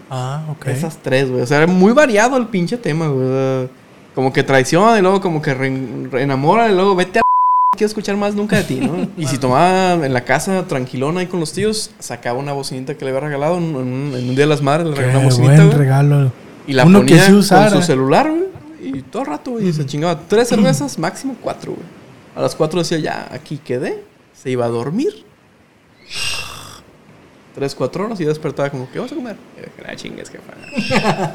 [SPEAKER 1] Ah, ok.
[SPEAKER 3] Esas tres, güey. O sea, era muy variado el pinche tema, güey. O sea, Como que traiciona y luego como que re- reenamora y luego vete a la [LAUGHS] quiero escuchar más nunca de ti,
[SPEAKER 1] [LAUGHS]
[SPEAKER 3] ¿no? y si tomaba en la casa tranquilona ahí con los tíos, sacaba una bocinita que le había regalado en un, en un día de las madres, le
[SPEAKER 1] Qué
[SPEAKER 3] regaló una bocinita,
[SPEAKER 1] buen
[SPEAKER 3] güey.
[SPEAKER 1] regalo.
[SPEAKER 3] Y la
[SPEAKER 1] Uno que
[SPEAKER 3] ponía
[SPEAKER 1] sí usara.
[SPEAKER 3] con su celular, güey. Y todo el rato, güey, se chingaba. Tres cervezas, máximo cuatro, güey. A las cuatro decía, ya, aquí quedé. Se iba a dormir. 3, 4 horas y yo despertaba como, ¿qué vas a comer? Y yo dije, "Nah, chingues, jefa.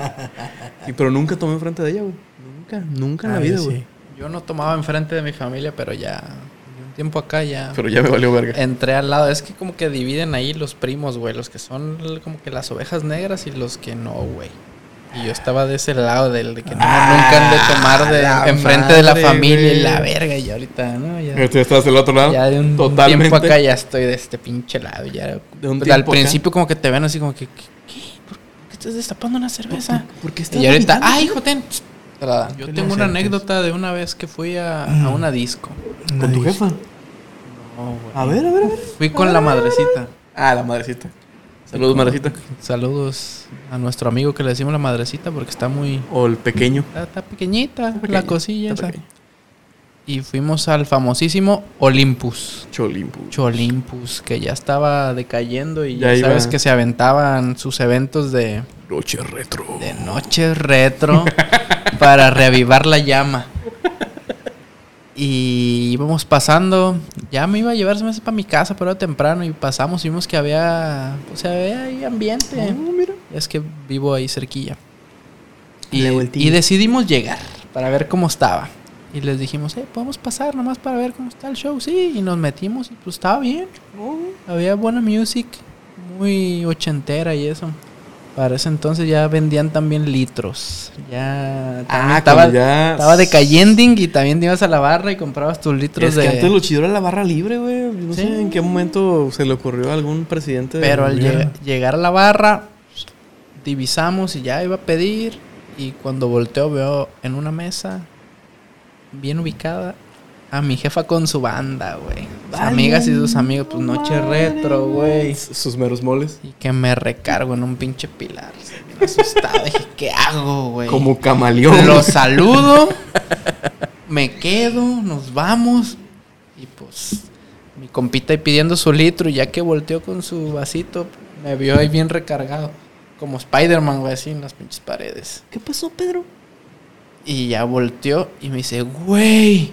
[SPEAKER 3] y, pero nunca tomé enfrente de ella, güey. Nunca, nunca en la
[SPEAKER 1] Ah,
[SPEAKER 3] vida,
[SPEAKER 1] sí.
[SPEAKER 3] güey.
[SPEAKER 2] Yo no tomaba enfrente de mi familia, pero ya. de Un tiempo acá ya.
[SPEAKER 3] Pero ya me valió verga.
[SPEAKER 2] Entré al lado. Es que como que dividen ahí los primos, güey. Los que son l- como que las ovejas negras y los que no, güey. Y yo estaba de ese lado del de que no, nunca han de tomar de,
[SPEAKER 3] la
[SPEAKER 2] enfrente de Ah, la
[SPEAKER 3] madre,
[SPEAKER 2] familia y
[SPEAKER 3] güey.
[SPEAKER 2] la verga. Y ahorita, ¿no? Ya,
[SPEAKER 3] Tú estás del otro lado.
[SPEAKER 2] ya de un
[SPEAKER 3] totalmente.
[SPEAKER 2] tiempo acá ya estoy de este pinche lado. Ya,
[SPEAKER 3] De un
[SPEAKER 2] Pues, al
[SPEAKER 3] tiempo acá.
[SPEAKER 2] principio como que te ven así como que... ¿Qué? ¿Qué? ¿Por qué estás destapando una cerveza?
[SPEAKER 3] ¿Por qué estás
[SPEAKER 2] Y ahorita,
[SPEAKER 3] vomitando?
[SPEAKER 2] ay, joten. Te la dan. Yo
[SPEAKER 1] Qué
[SPEAKER 2] tengo una
[SPEAKER 1] inocentes.
[SPEAKER 2] anécdota de una vez que fui a, a
[SPEAKER 3] Mm.
[SPEAKER 2] una disco.
[SPEAKER 3] Con tu
[SPEAKER 1] Nadie.
[SPEAKER 3] jefa.
[SPEAKER 2] No, güey.
[SPEAKER 3] A ver, a ver, a ver.
[SPEAKER 2] Fui con la madrecita.
[SPEAKER 3] Ah, la madrecita. Saludos, madrecita.
[SPEAKER 2] Saludos a nuestro amigo que le decimos la madrecita porque está muy...
[SPEAKER 3] O el pequeño.
[SPEAKER 2] Está, está pequeñita
[SPEAKER 3] pequeña,
[SPEAKER 2] la cosilla
[SPEAKER 3] está
[SPEAKER 2] esa.
[SPEAKER 3] pequeña.
[SPEAKER 2] Y fuimos al famosísimo Olympus.
[SPEAKER 3] Cholimpu.
[SPEAKER 2] Cholimpus, que ya estaba decayendo y
[SPEAKER 3] Ya
[SPEAKER 2] ya,
[SPEAKER 3] iba-
[SPEAKER 2] sabes que se aventaban sus eventos de,
[SPEAKER 3] Noche retro.
[SPEAKER 2] de noche retro [LAUGHS] para reavivar la llama. Y íbamos pasando, ya me iba a llevarse meses para mi casa, pero era temprano y pasamos y vimos que había, o sea, había ahí ambiente.
[SPEAKER 3] No, Ah, mira.
[SPEAKER 2] Es que vivo ahí cerquilla. Y,
[SPEAKER 3] La vueltilla.
[SPEAKER 2] y decidimos llegar para ver cómo estaba. Y les dijimos, eh, podemos pasar nomás para ver cómo está el show. Sí, y nos metimos y pues estaba bien.
[SPEAKER 3] No.
[SPEAKER 2] Había buena music, muy ochentera y eso. Para ese entonces ya vendían también litros. Ya también
[SPEAKER 3] Ah,
[SPEAKER 2] estaba,
[SPEAKER 3] cuando ya-
[SPEAKER 2] estaba decayendo y también te ibas a la barra y comprabas tus litros
[SPEAKER 3] Es
[SPEAKER 2] de.
[SPEAKER 3] que antes lo chido era la barra libre, güey. Yo No
[SPEAKER 2] Sí.
[SPEAKER 3] sé en qué momento se le ocurrió a algún presidente. de
[SPEAKER 2] Pero al
[SPEAKER 3] gobierno.
[SPEAKER 2] llega- llegar a la barra, divisamos y ya iba a pedir. Y cuando volteo veo en una mesa bien ubicada a mi jefa con su banda, güey. Sus
[SPEAKER 3] Vale,
[SPEAKER 2] amigas y sus amigos, pues noche retro, güey.
[SPEAKER 3] Sus meros moles.
[SPEAKER 2] Y que me recargo en un pinche pilar. Me asustado. Dije, ¿qué hago, güey?
[SPEAKER 3] Como camaleón.
[SPEAKER 2] Lo saludo, me quedo, nos vamos. Y pues, mi compita ahí pidiendo su litro. Y ya que volteó con su vasito, me vio ahí bien recargado. Como Spider-Man, güey, así en las pinches paredes.
[SPEAKER 3] ¿Qué pasó, Pedro?
[SPEAKER 2] Y ya volteó y me dice, güey.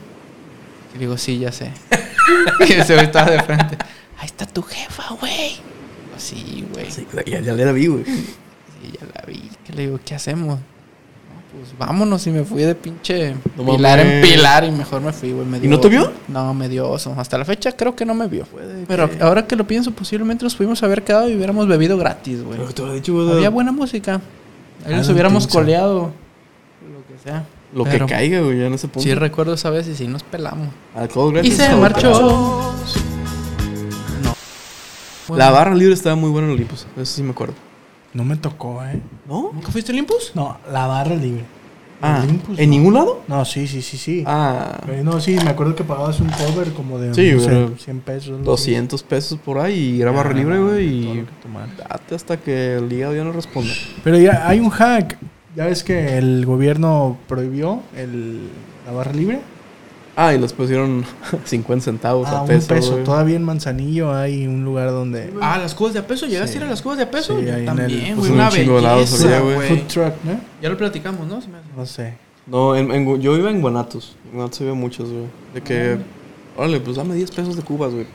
[SPEAKER 2] Y digo, sí, ya sé. [LAUGHS] y se me estaba de frente. Ahí está tu jefa, güey. Digo, Sí, güey.
[SPEAKER 3] Sí, ya, ya la vi, güey.
[SPEAKER 2] Y ya la vi, que le digo, ¿qué hacemos? No, pues vámonos y me fui de pinche
[SPEAKER 3] No
[SPEAKER 2] pilar en
[SPEAKER 3] mames.
[SPEAKER 2] pilar y mejor me fui, güey. me
[SPEAKER 3] ¿Y
[SPEAKER 2] dio-
[SPEAKER 3] no te vio?
[SPEAKER 2] No, me dio oso. Hasta la fecha creo que no me vio.
[SPEAKER 3] Puede
[SPEAKER 2] Pero
[SPEAKER 3] que-
[SPEAKER 2] ahora que lo pienso, posiblemente nos pudimos haber quedado y hubiéramos bebido gratis, güey.
[SPEAKER 3] Pero que te lo he dicho, güey.
[SPEAKER 2] Había buena música. Ahí
[SPEAKER 1] I
[SPEAKER 2] nos
[SPEAKER 1] don't
[SPEAKER 2] hubiéramos
[SPEAKER 1] think so.
[SPEAKER 2] coleado. Lo que sea.
[SPEAKER 3] Lo
[SPEAKER 2] Pero
[SPEAKER 3] que caiga, güey, ya en ese punto.
[SPEAKER 2] Sí recuerdo esa vez y sí nos pelamos.
[SPEAKER 3] Alcohol
[SPEAKER 2] Y
[SPEAKER 3] gratis.
[SPEAKER 2] se
[SPEAKER 3] Alcohol gratis.
[SPEAKER 2] marchó. No.
[SPEAKER 3] La barra libre estaba muy buena en Olympus. Eso sí me acuerdo.
[SPEAKER 1] No me tocó, ¿eh?
[SPEAKER 3] ¿No?
[SPEAKER 2] ¿Nunca fuiste Olympus?
[SPEAKER 1] No, la barra libre.
[SPEAKER 3] Ah,
[SPEAKER 1] Olympus,
[SPEAKER 3] ¿en
[SPEAKER 1] no.
[SPEAKER 3] ningún lado?
[SPEAKER 1] No, sí, sí, sí, sí.
[SPEAKER 3] Ah,
[SPEAKER 1] Eh, No, sí, me acuerdo que pagabas un cover como de
[SPEAKER 3] Sí,
[SPEAKER 1] no sé,
[SPEAKER 3] pero-
[SPEAKER 1] 100 pesos. no sé.
[SPEAKER 3] 200 pesos por ahí y era barra
[SPEAKER 1] Ah,
[SPEAKER 3] libre,
[SPEAKER 1] todo
[SPEAKER 3] güey.
[SPEAKER 1] lo
[SPEAKER 3] Y
[SPEAKER 1] que tomaras.
[SPEAKER 3] date hasta que el hígado ya no responda.
[SPEAKER 1] Pero ya hay un hack. Ya ves que el gobierno prohibió el, la barra libre.
[SPEAKER 3] Ah, y les pusieron [LAUGHS] 50 centavos
[SPEAKER 1] a
[SPEAKER 3] a
[SPEAKER 1] Ah, un
[SPEAKER 3] peso.
[SPEAKER 1] peso.
[SPEAKER 3] güey.
[SPEAKER 1] Todavía en Manzanillo hay un lugar donde.
[SPEAKER 2] Ah, las cubas de a peso. ¿Llegaste
[SPEAKER 1] Sí.
[SPEAKER 2] a ir a las cubas de a peso?
[SPEAKER 1] Sí,
[SPEAKER 2] Yo
[SPEAKER 1] ahí en el-
[SPEAKER 2] también,
[SPEAKER 3] pues
[SPEAKER 2] güey.
[SPEAKER 3] en
[SPEAKER 2] Una
[SPEAKER 3] un chingo de lados
[SPEAKER 2] belleza,
[SPEAKER 3] había, güey.
[SPEAKER 2] güey.
[SPEAKER 1] Food truck, ¿no?
[SPEAKER 2] Ya lo platicamos, ¿no? Se me hace.
[SPEAKER 1] No sé.
[SPEAKER 3] No, en, en- yo iba en Guanatos. En Guanatos había muchos, güey. De que, órale, pues dame 10 pesos de cubas, güey.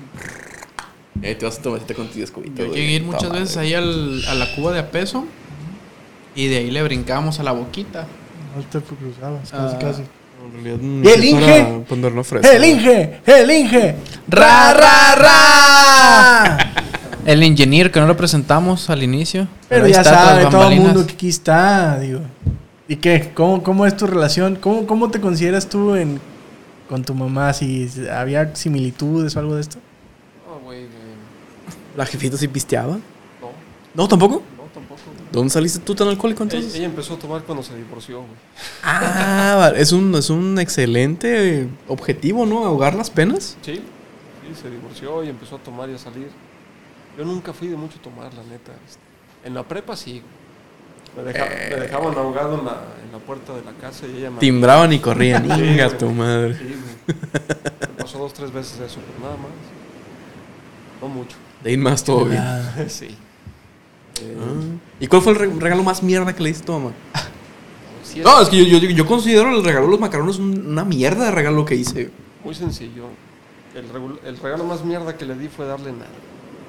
[SPEAKER 3] Y ahí te vas a tomar con tus 10 cubitos.
[SPEAKER 2] Yo
[SPEAKER 3] güey.
[SPEAKER 2] llegué a ir
[SPEAKER 3] Puta
[SPEAKER 2] muchas
[SPEAKER 3] madre.
[SPEAKER 2] veces ahí al- a la cuba de a peso. Y de ahí le brincábamos a la boquita.
[SPEAKER 1] No te cruzabas,
[SPEAKER 2] Ah.
[SPEAKER 1] casi, casi.
[SPEAKER 3] No, En realidad,
[SPEAKER 1] ¿Y
[SPEAKER 3] no
[SPEAKER 1] el Inge?
[SPEAKER 3] Ponerlo fresco.
[SPEAKER 1] ¡El Inge! ¡El Inge!
[SPEAKER 2] ¡Ra, ra, ra! El ingeniero que no lo presentamos al inicio.
[SPEAKER 1] Pero
[SPEAKER 2] ahí
[SPEAKER 1] ya
[SPEAKER 2] está tras
[SPEAKER 1] sabe todo el
[SPEAKER 2] bambalinas.
[SPEAKER 1] mundo que aquí está, digo. ¿Y qué? ¿Cómo, cómo es tu relación? ¿Cómo, ¿Cómo te consideras tú en, con tu mamá? ¿Si había similitudes o algo de esto?
[SPEAKER 4] No, güey, eh,
[SPEAKER 3] ¿La jefita sí pisteaba?
[SPEAKER 4] no,
[SPEAKER 3] No, tampoco.
[SPEAKER 4] no, tampoco. güey.
[SPEAKER 3] ¿Dónde saliste tú tan
[SPEAKER 2] Eh,
[SPEAKER 3] alcohólico entonces?
[SPEAKER 4] Ella, ella empezó a tomar cuando se divorció, güey.
[SPEAKER 3] Ah, vale. es un, es un excelente objetivo, ¿no? Ahogar las penas.
[SPEAKER 4] Sí, sí, se divorció y empezó a tomar y a salir. Yo nunca fui de mucho tomar, la neta. este. En la prepa sí. Me, deja- me dejaban ahogado en la, en la puerta de la casa y ella me...
[SPEAKER 3] Timbraban y corrían.
[SPEAKER 4] Sí,
[SPEAKER 3] Chingas
[SPEAKER 4] güey.
[SPEAKER 3] tu madre.
[SPEAKER 4] Sí, güey. Me pasó dos, tres veces eso, pero nada más. No mucho. [LAUGHS]
[SPEAKER 3] De ahí en más todo bien.
[SPEAKER 1] Ah,
[SPEAKER 4] Sí. Eh,
[SPEAKER 3] Ah. ¿Y cuál fue el re- regalo más mierda que le diste a tu mamá?
[SPEAKER 4] Sí,
[SPEAKER 3] No, es que yo, yo, yo considero el regalo de los macarrones un- una mierda de regalo que hice.
[SPEAKER 4] Muy sencillo. El, regul- el regalo más mierda que le di fue darle nada.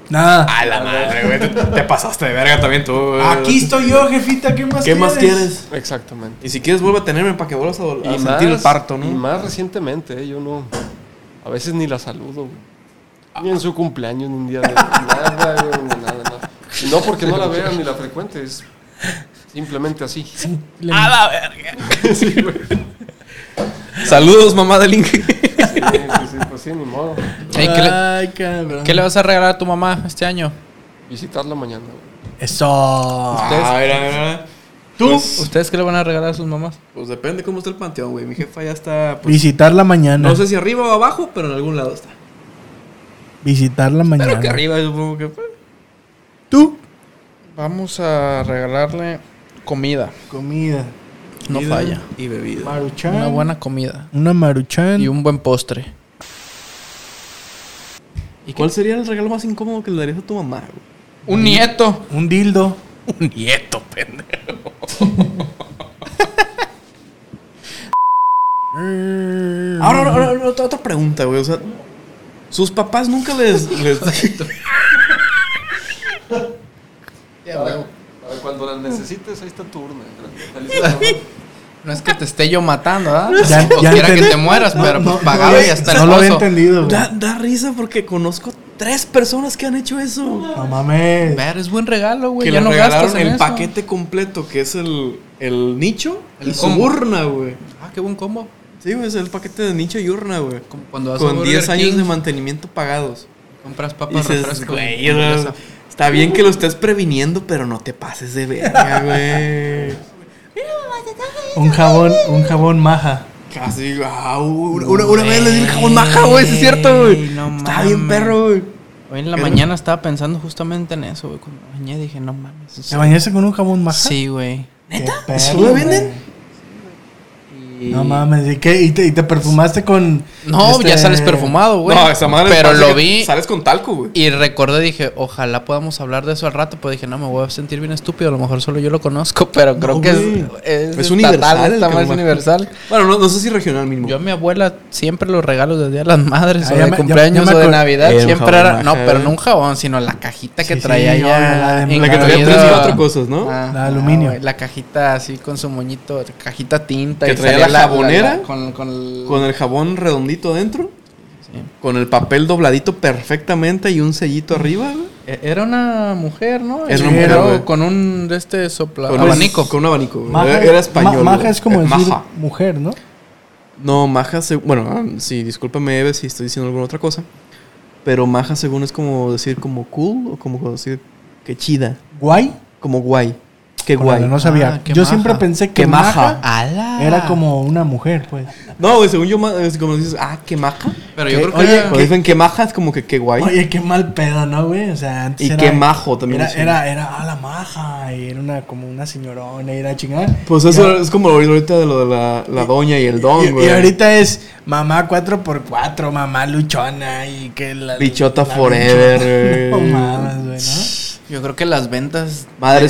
[SPEAKER 1] Nada.
[SPEAKER 3] A la madre, güey. Te, te pasaste de verga también tú, güey.
[SPEAKER 1] Aquí estoy yo, jefita. ¿Qué más
[SPEAKER 3] ¿Qué más quieres?
[SPEAKER 5] Exactamente.
[SPEAKER 3] Y si quieres, vuelve a tenerme para que vuelvas a, dol- a
[SPEAKER 5] Y
[SPEAKER 3] sentir el parto, ¿no?
[SPEAKER 5] Y más recientemente, ¿eh? yo no. A veces ni la saludo, güey. Ni en su cumpleaños, ni un día de nada, güey, ni nada, nada. Y no porque no la vea ni la frecuente, es simplemente así.
[SPEAKER 3] A la verga. Saludos, mamá de Link.
[SPEAKER 5] Sí, sí, sí, pues sí, ni modo.
[SPEAKER 2] Ey, ¿qué, le,
[SPEAKER 1] Ay, cabrón.
[SPEAKER 2] qué le vas a regalar a tu mamá este año?
[SPEAKER 5] Visitarla mañana, güey.
[SPEAKER 1] Eso.
[SPEAKER 3] Ah, mira, mira, mira.
[SPEAKER 1] ¿Tú?
[SPEAKER 3] Pues,
[SPEAKER 2] ¿Ustedes qué le van a regalar a sus mamás?
[SPEAKER 3] pues depende cómo está el panteón, güey. Mi jefa ya está. pues,
[SPEAKER 1] Visitar la mañana.
[SPEAKER 3] no sé si arriba o abajo, pero en algún lado está.
[SPEAKER 1] Visitar la mañana.
[SPEAKER 3] Pero que arriba, yo supongo que.
[SPEAKER 1] ¿Tú?
[SPEAKER 2] Vamos a regalarle comida.
[SPEAKER 1] Comida.
[SPEAKER 2] No
[SPEAKER 3] Comida
[SPEAKER 2] falla.
[SPEAKER 3] Y bebida.
[SPEAKER 1] Maruchan.
[SPEAKER 2] Una buena comida.
[SPEAKER 1] Una maruchan.
[SPEAKER 2] Y un buen postre.
[SPEAKER 3] ¿Y cuál sería el regalo más incómodo que le darías a tu mamá, güey?
[SPEAKER 2] Un nieto.
[SPEAKER 1] [LAUGHS] Un dildo.
[SPEAKER 2] Un nieto, pendejo. Mm.
[SPEAKER 3] Ahora, ahora, ahora, ahora, otra, otra pregunta, güey. O sea, sus papás
[SPEAKER 2] [LAUGHS]
[SPEAKER 3] nunca les. les-
[SPEAKER 5] Para, para cuando las necesites, ahí está tu urna. Felicidades, ¿no?
[SPEAKER 2] No es que te esté yo matando, ¿ah?
[SPEAKER 1] [LAUGHS] Ya-
[SPEAKER 2] o
[SPEAKER 1] ya
[SPEAKER 2] quiera que
[SPEAKER 1] entendí.
[SPEAKER 2] te mueras, pero pues pagaba y hasta
[SPEAKER 1] No
[SPEAKER 2] el
[SPEAKER 1] lo había
[SPEAKER 2] oso.
[SPEAKER 1] entendido, güey.
[SPEAKER 3] da, da risa porque conozco tres personas que han hecho eso.
[SPEAKER 1] No mames.
[SPEAKER 2] Ver, es buen regalo, güey.
[SPEAKER 3] que
[SPEAKER 2] Ya
[SPEAKER 3] le
[SPEAKER 2] no gastas
[SPEAKER 3] regalaron
[SPEAKER 2] en
[SPEAKER 3] el
[SPEAKER 2] eso.
[SPEAKER 3] paquete completo, que es el, el nicho
[SPEAKER 2] El
[SPEAKER 3] y su
[SPEAKER 2] combo.
[SPEAKER 3] urna, güey.
[SPEAKER 2] Ah, qué buen combo.
[SPEAKER 3] Sí, güey, es el paquete de nicho y urna, güey.
[SPEAKER 2] Como cuando vas a
[SPEAKER 3] Con
[SPEAKER 2] Burger
[SPEAKER 3] 10 años
[SPEAKER 2] King,
[SPEAKER 3] de mantenimiento pagados.
[SPEAKER 2] compras
[SPEAKER 3] Y
[SPEAKER 2] papas,
[SPEAKER 3] dices,
[SPEAKER 2] refresco.
[SPEAKER 3] güey,
[SPEAKER 2] y hamburguesa.
[SPEAKER 3] está bien que lo estés previniendo, pero no te pases de verga, güey.
[SPEAKER 1] Un jabón, un jabón maja.
[SPEAKER 3] Casi, ah, una, una- una vez le di el jabón maja, güey, sí es cierto, güey.
[SPEAKER 2] No
[SPEAKER 3] está bien,
[SPEAKER 2] mames.
[SPEAKER 3] perro, güey.
[SPEAKER 2] Hoy en la
[SPEAKER 3] Pero-
[SPEAKER 2] mañana estaba pensando justamente en eso, güey. Cuando me bañé dije, no mames.
[SPEAKER 1] ¿Te bañaste con un jabón maja?
[SPEAKER 2] Sí, güey.
[SPEAKER 1] ¿Neta?
[SPEAKER 3] ¿Eso lo venden?
[SPEAKER 2] Y-
[SPEAKER 1] No mames, ¿y qué? ¿Y te, y te perfumaste con.?
[SPEAKER 2] No,
[SPEAKER 1] este,
[SPEAKER 2] ya sales perfumado, güey. Pero
[SPEAKER 3] parece
[SPEAKER 2] lo
[SPEAKER 3] que
[SPEAKER 2] vi
[SPEAKER 3] Sales con talco, güey.
[SPEAKER 2] y recordé, dije, ojalá podamos hablar de eso al rato. Pero dije, no, me voy a sentir bien estúpido. A lo mejor solo yo lo conozco, [LAUGHS] pero creo que
[SPEAKER 1] güey.
[SPEAKER 2] es,
[SPEAKER 3] Es universal el
[SPEAKER 2] Está más
[SPEAKER 3] cabrón.
[SPEAKER 2] universal.
[SPEAKER 3] Bueno, no, no sé si regional mismo.
[SPEAKER 2] Yo a mi abuela siempre los regalos de Día de las Madres
[SPEAKER 1] Ah,
[SPEAKER 2] o
[SPEAKER 1] ya
[SPEAKER 2] de
[SPEAKER 1] me- ya-
[SPEAKER 2] cumpleaños
[SPEAKER 1] ya me
[SPEAKER 2] o de
[SPEAKER 1] acor-
[SPEAKER 2] Navidad.
[SPEAKER 3] El
[SPEAKER 2] siempre
[SPEAKER 3] jabón
[SPEAKER 2] era, no,
[SPEAKER 3] ajá.
[SPEAKER 2] pero no un jabón, sino la cajita que
[SPEAKER 1] Sí,
[SPEAKER 2] traía
[SPEAKER 1] sí, no, la
[SPEAKER 2] ya.
[SPEAKER 1] de-
[SPEAKER 2] en
[SPEAKER 3] la que traía
[SPEAKER 2] Navidad.
[SPEAKER 3] tres y cuatro cosas, ¿no?
[SPEAKER 2] Ah,
[SPEAKER 1] La de aluminio.
[SPEAKER 2] güey, la cajita así con su moñito, cajita tinta.
[SPEAKER 3] Que
[SPEAKER 2] y
[SPEAKER 3] traía
[SPEAKER 2] salía
[SPEAKER 3] la jabonera.
[SPEAKER 2] con, con el-
[SPEAKER 3] Con el jabón redondito dentro.
[SPEAKER 2] sí.
[SPEAKER 3] Con el papel dobladito perfectamente y un sellito arriba, güey.
[SPEAKER 2] E- Era una mujer, ¿no?
[SPEAKER 3] Era
[SPEAKER 2] Y
[SPEAKER 3] una mujer,
[SPEAKER 2] luego
[SPEAKER 3] güey.
[SPEAKER 2] con un de este sopla
[SPEAKER 3] Con
[SPEAKER 2] abanico.
[SPEAKER 3] Un, con un abanico. güey.
[SPEAKER 1] Maja,
[SPEAKER 3] Eh, era español.
[SPEAKER 1] ma- maja
[SPEAKER 3] güey.
[SPEAKER 1] es como
[SPEAKER 3] Eh,
[SPEAKER 1] decir
[SPEAKER 3] Maja.
[SPEAKER 1] mujer, ¿no?
[SPEAKER 3] No, maja, se- bueno, ah, sí, discúlpame, Eve, si estoy diciendo alguna otra cosa. Pero maja, según es como decir como cool o como decir que chida,
[SPEAKER 1] Guay.
[SPEAKER 3] como guay. Qué
[SPEAKER 1] Órale,
[SPEAKER 3] guay.
[SPEAKER 1] No sabía.
[SPEAKER 2] Ah, qué
[SPEAKER 1] Yo
[SPEAKER 2] maja.
[SPEAKER 1] siempre pensé que
[SPEAKER 3] Qué maja.
[SPEAKER 1] maja,
[SPEAKER 2] ¡Ala!
[SPEAKER 1] era como una mujer, pues.
[SPEAKER 3] No, güey, según yo, ma- es como dices, ah, qué maja.
[SPEAKER 2] Pero yo
[SPEAKER 1] ¿Qué?
[SPEAKER 2] creo que
[SPEAKER 1] Oye,
[SPEAKER 2] era-
[SPEAKER 3] Cuando dicen que maja, es como que qué guay.
[SPEAKER 1] Oye, qué mal pedo, ¿no, güey? O sea, antes
[SPEAKER 3] y
[SPEAKER 1] era-
[SPEAKER 3] qué majo también.
[SPEAKER 1] Era,
[SPEAKER 3] decían.
[SPEAKER 1] era, era a la maja, y era una, como una señorona, y era chingada.
[SPEAKER 3] Pues
[SPEAKER 1] Y
[SPEAKER 3] eso
[SPEAKER 1] a-
[SPEAKER 3] es como ahorita de lo de la, la doña y el
[SPEAKER 1] y,
[SPEAKER 3] don, güey.
[SPEAKER 1] y ahorita es mamá 4x4, mamá luchona, y que la.
[SPEAKER 3] Bichota
[SPEAKER 1] la
[SPEAKER 3] forever,
[SPEAKER 1] luchona.
[SPEAKER 3] güey.
[SPEAKER 1] [LAUGHS] No mames, güey, ¿no?
[SPEAKER 2] Yo creo que las ventas.
[SPEAKER 3] Madre
[SPEAKER 2] de- de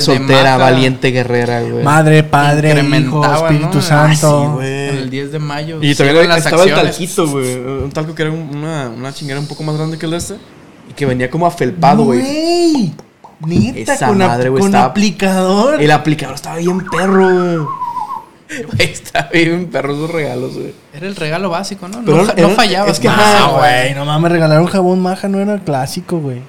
[SPEAKER 2] maja
[SPEAKER 3] soltera, valiente guerrera, güey.
[SPEAKER 1] Madre, padre, hijo,
[SPEAKER 2] incrementaban,
[SPEAKER 1] Espíritu
[SPEAKER 2] ¿no?
[SPEAKER 1] Santo.
[SPEAKER 2] Ah, sí,
[SPEAKER 1] güey.
[SPEAKER 2] güey. el 10 de mayo.
[SPEAKER 3] Y también
[SPEAKER 2] hicieron
[SPEAKER 3] estaba el
[SPEAKER 2] acciones.
[SPEAKER 3] talquito, güey. Un talco que era un- una, una chinguera un poco más grande que el de este. Y que venía como afelpado, güey.
[SPEAKER 1] Neta,
[SPEAKER 3] Esa
[SPEAKER 1] con, ap-
[SPEAKER 3] madre, güey,
[SPEAKER 1] con
[SPEAKER 3] estaba-
[SPEAKER 1] aplicador.
[SPEAKER 3] El aplicador estaba bien perro, güey. Güey, Estaba bien perro esos regalos, güey.
[SPEAKER 2] Era el regalo básico, ¿no?
[SPEAKER 3] Pero
[SPEAKER 2] no,
[SPEAKER 3] era-
[SPEAKER 2] fa- no
[SPEAKER 3] era-
[SPEAKER 2] fallabas.
[SPEAKER 3] es que,
[SPEAKER 2] ¿no?
[SPEAKER 3] ajá,
[SPEAKER 2] Ah,
[SPEAKER 1] Ah, güey, no mames, regalar un jabón maja no era clásico, güey.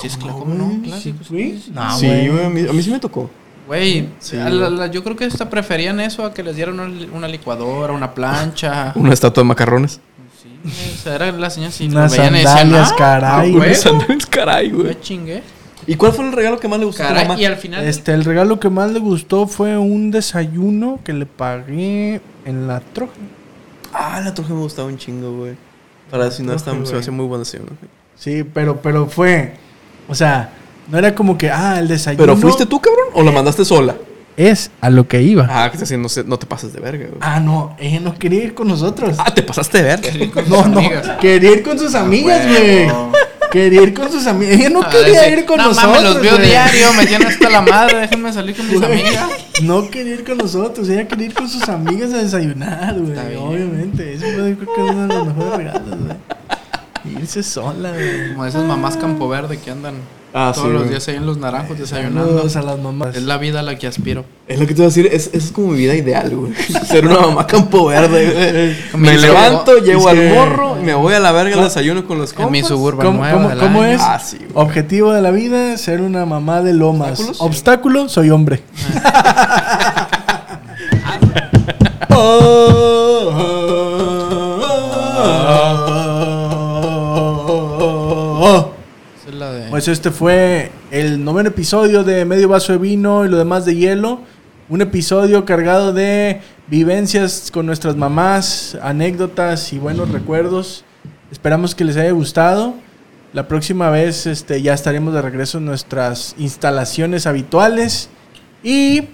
[SPEAKER 2] Sí, es claro, ¿cómo no? Claro,
[SPEAKER 1] Sí,
[SPEAKER 2] pues,
[SPEAKER 1] güey.
[SPEAKER 2] sí, sí.
[SPEAKER 1] No,
[SPEAKER 3] sí, Ah, güey. A mí, a mí sí me tocó.
[SPEAKER 2] Güey,
[SPEAKER 3] Sí,
[SPEAKER 2] a la-
[SPEAKER 3] güey.
[SPEAKER 2] la- yo creo que hasta preferían eso a que les dieran una, una licuadora, una plancha.
[SPEAKER 3] Una estatua de macarrones.
[SPEAKER 2] Sí, o sea, era la señal si
[SPEAKER 1] Unas
[SPEAKER 2] lo veían y decían,
[SPEAKER 1] sandalias,
[SPEAKER 2] "Ah,
[SPEAKER 1] caray.
[SPEAKER 2] a huevo,
[SPEAKER 1] Unas
[SPEAKER 3] Caray, güey.
[SPEAKER 2] me chingué.
[SPEAKER 3] ¿Y cuál fue el regalo que más le gustó a tu
[SPEAKER 2] Caray,
[SPEAKER 3] mamá?
[SPEAKER 2] y al final. [LAUGHS]
[SPEAKER 1] Este, el regalo que más le gustó fue un desayuno que le pagué en la troja.
[SPEAKER 3] Ah, la troje me gustaba un chingo, güey. Para si
[SPEAKER 1] troje,
[SPEAKER 3] no está, se me
[SPEAKER 1] güey.
[SPEAKER 3] hace muy buena desayuno.
[SPEAKER 1] Sí, pero, pero fue. O sea, no era como que, ah, el desayuno.
[SPEAKER 3] ¿Pero fuiste tú, cabrón? ¿O la mandaste sola?
[SPEAKER 1] Es a lo que iba.
[SPEAKER 3] Ah, que te haciendo, no te pases de verga, güey.
[SPEAKER 1] Ah, no, ella no quería ir con nosotros.
[SPEAKER 3] Ah, te pasaste de verga.
[SPEAKER 1] [LAUGHS] No, no,
[SPEAKER 2] amigas. Ah,
[SPEAKER 1] quería ir con sus amigas, güey. Quería ir con sus amigas. Ella no
[SPEAKER 2] a
[SPEAKER 1] quería
[SPEAKER 2] decir,
[SPEAKER 1] ir con
[SPEAKER 2] Ah, "No mames,
[SPEAKER 1] nosotros.
[SPEAKER 2] los veo
[SPEAKER 1] güey".
[SPEAKER 2] diario, me tienen hasta la madre, déjenme salir con mis
[SPEAKER 1] Güey,
[SPEAKER 2] amigas.
[SPEAKER 1] No quería ir con nosotros, ella quería ir con sus amigas a desayunar, güey.
[SPEAKER 2] bien.
[SPEAKER 1] Obviamente, eso fue creo que uno de los mejores regalos, güey. Irse sola, güey.
[SPEAKER 2] Como esas mamás Campo Verde que andan
[SPEAKER 3] Ah,
[SPEAKER 2] todos
[SPEAKER 3] sí,
[SPEAKER 2] los
[SPEAKER 3] güey.
[SPEAKER 2] días ahí en los naranjos desayunando.
[SPEAKER 1] Saludos a las mamás.
[SPEAKER 2] Es la vida a la que aspiro.
[SPEAKER 3] Es lo que te voy a decir, es, es como mi vida ideal, güey. [LAUGHS] Ser una mamá
[SPEAKER 2] [LAUGHS]
[SPEAKER 3] campo verde, güey.
[SPEAKER 2] Me
[SPEAKER 3] Me levanto,
[SPEAKER 2] llegó-
[SPEAKER 3] llevo
[SPEAKER 1] es que-
[SPEAKER 3] al morro, me voy a la verga al desayuno con los
[SPEAKER 2] En mi
[SPEAKER 3] compas.
[SPEAKER 2] suburban
[SPEAKER 1] ¿Cómo-
[SPEAKER 2] nueva
[SPEAKER 1] cómo-
[SPEAKER 2] del
[SPEAKER 1] cómo
[SPEAKER 2] año.
[SPEAKER 1] es?
[SPEAKER 3] Ah, sí, güey.
[SPEAKER 1] Objetivo de la vida, ser una mamá de lomas.
[SPEAKER 3] ¿Obstáculos? Ah.
[SPEAKER 1] Obstáculo, soy hombre. [LAUGHS] Oh.
[SPEAKER 2] Esa es la de-
[SPEAKER 1] Pues este fue el noveno episodio de Medio Vaso de Vino y lo demás de hielo. Un episodio cargado de vivencias con nuestras mamás, anécdotas y buenos recuerdos. Esperamos que les haya gustado. La próxima vez este, ya estaremos de regreso en nuestras instalaciones habituales. Y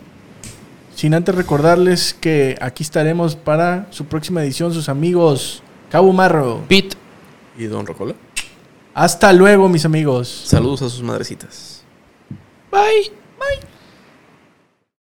[SPEAKER 1] sin antes recordarles que aquí estaremos para su próxima edición, sus amigos Cabo Marro.
[SPEAKER 2] Pit.
[SPEAKER 3] Y Don Rocola.
[SPEAKER 1] Hasta luego, mis amigos.
[SPEAKER 3] Saludos a sus madrecitas.
[SPEAKER 2] Bye. Bye.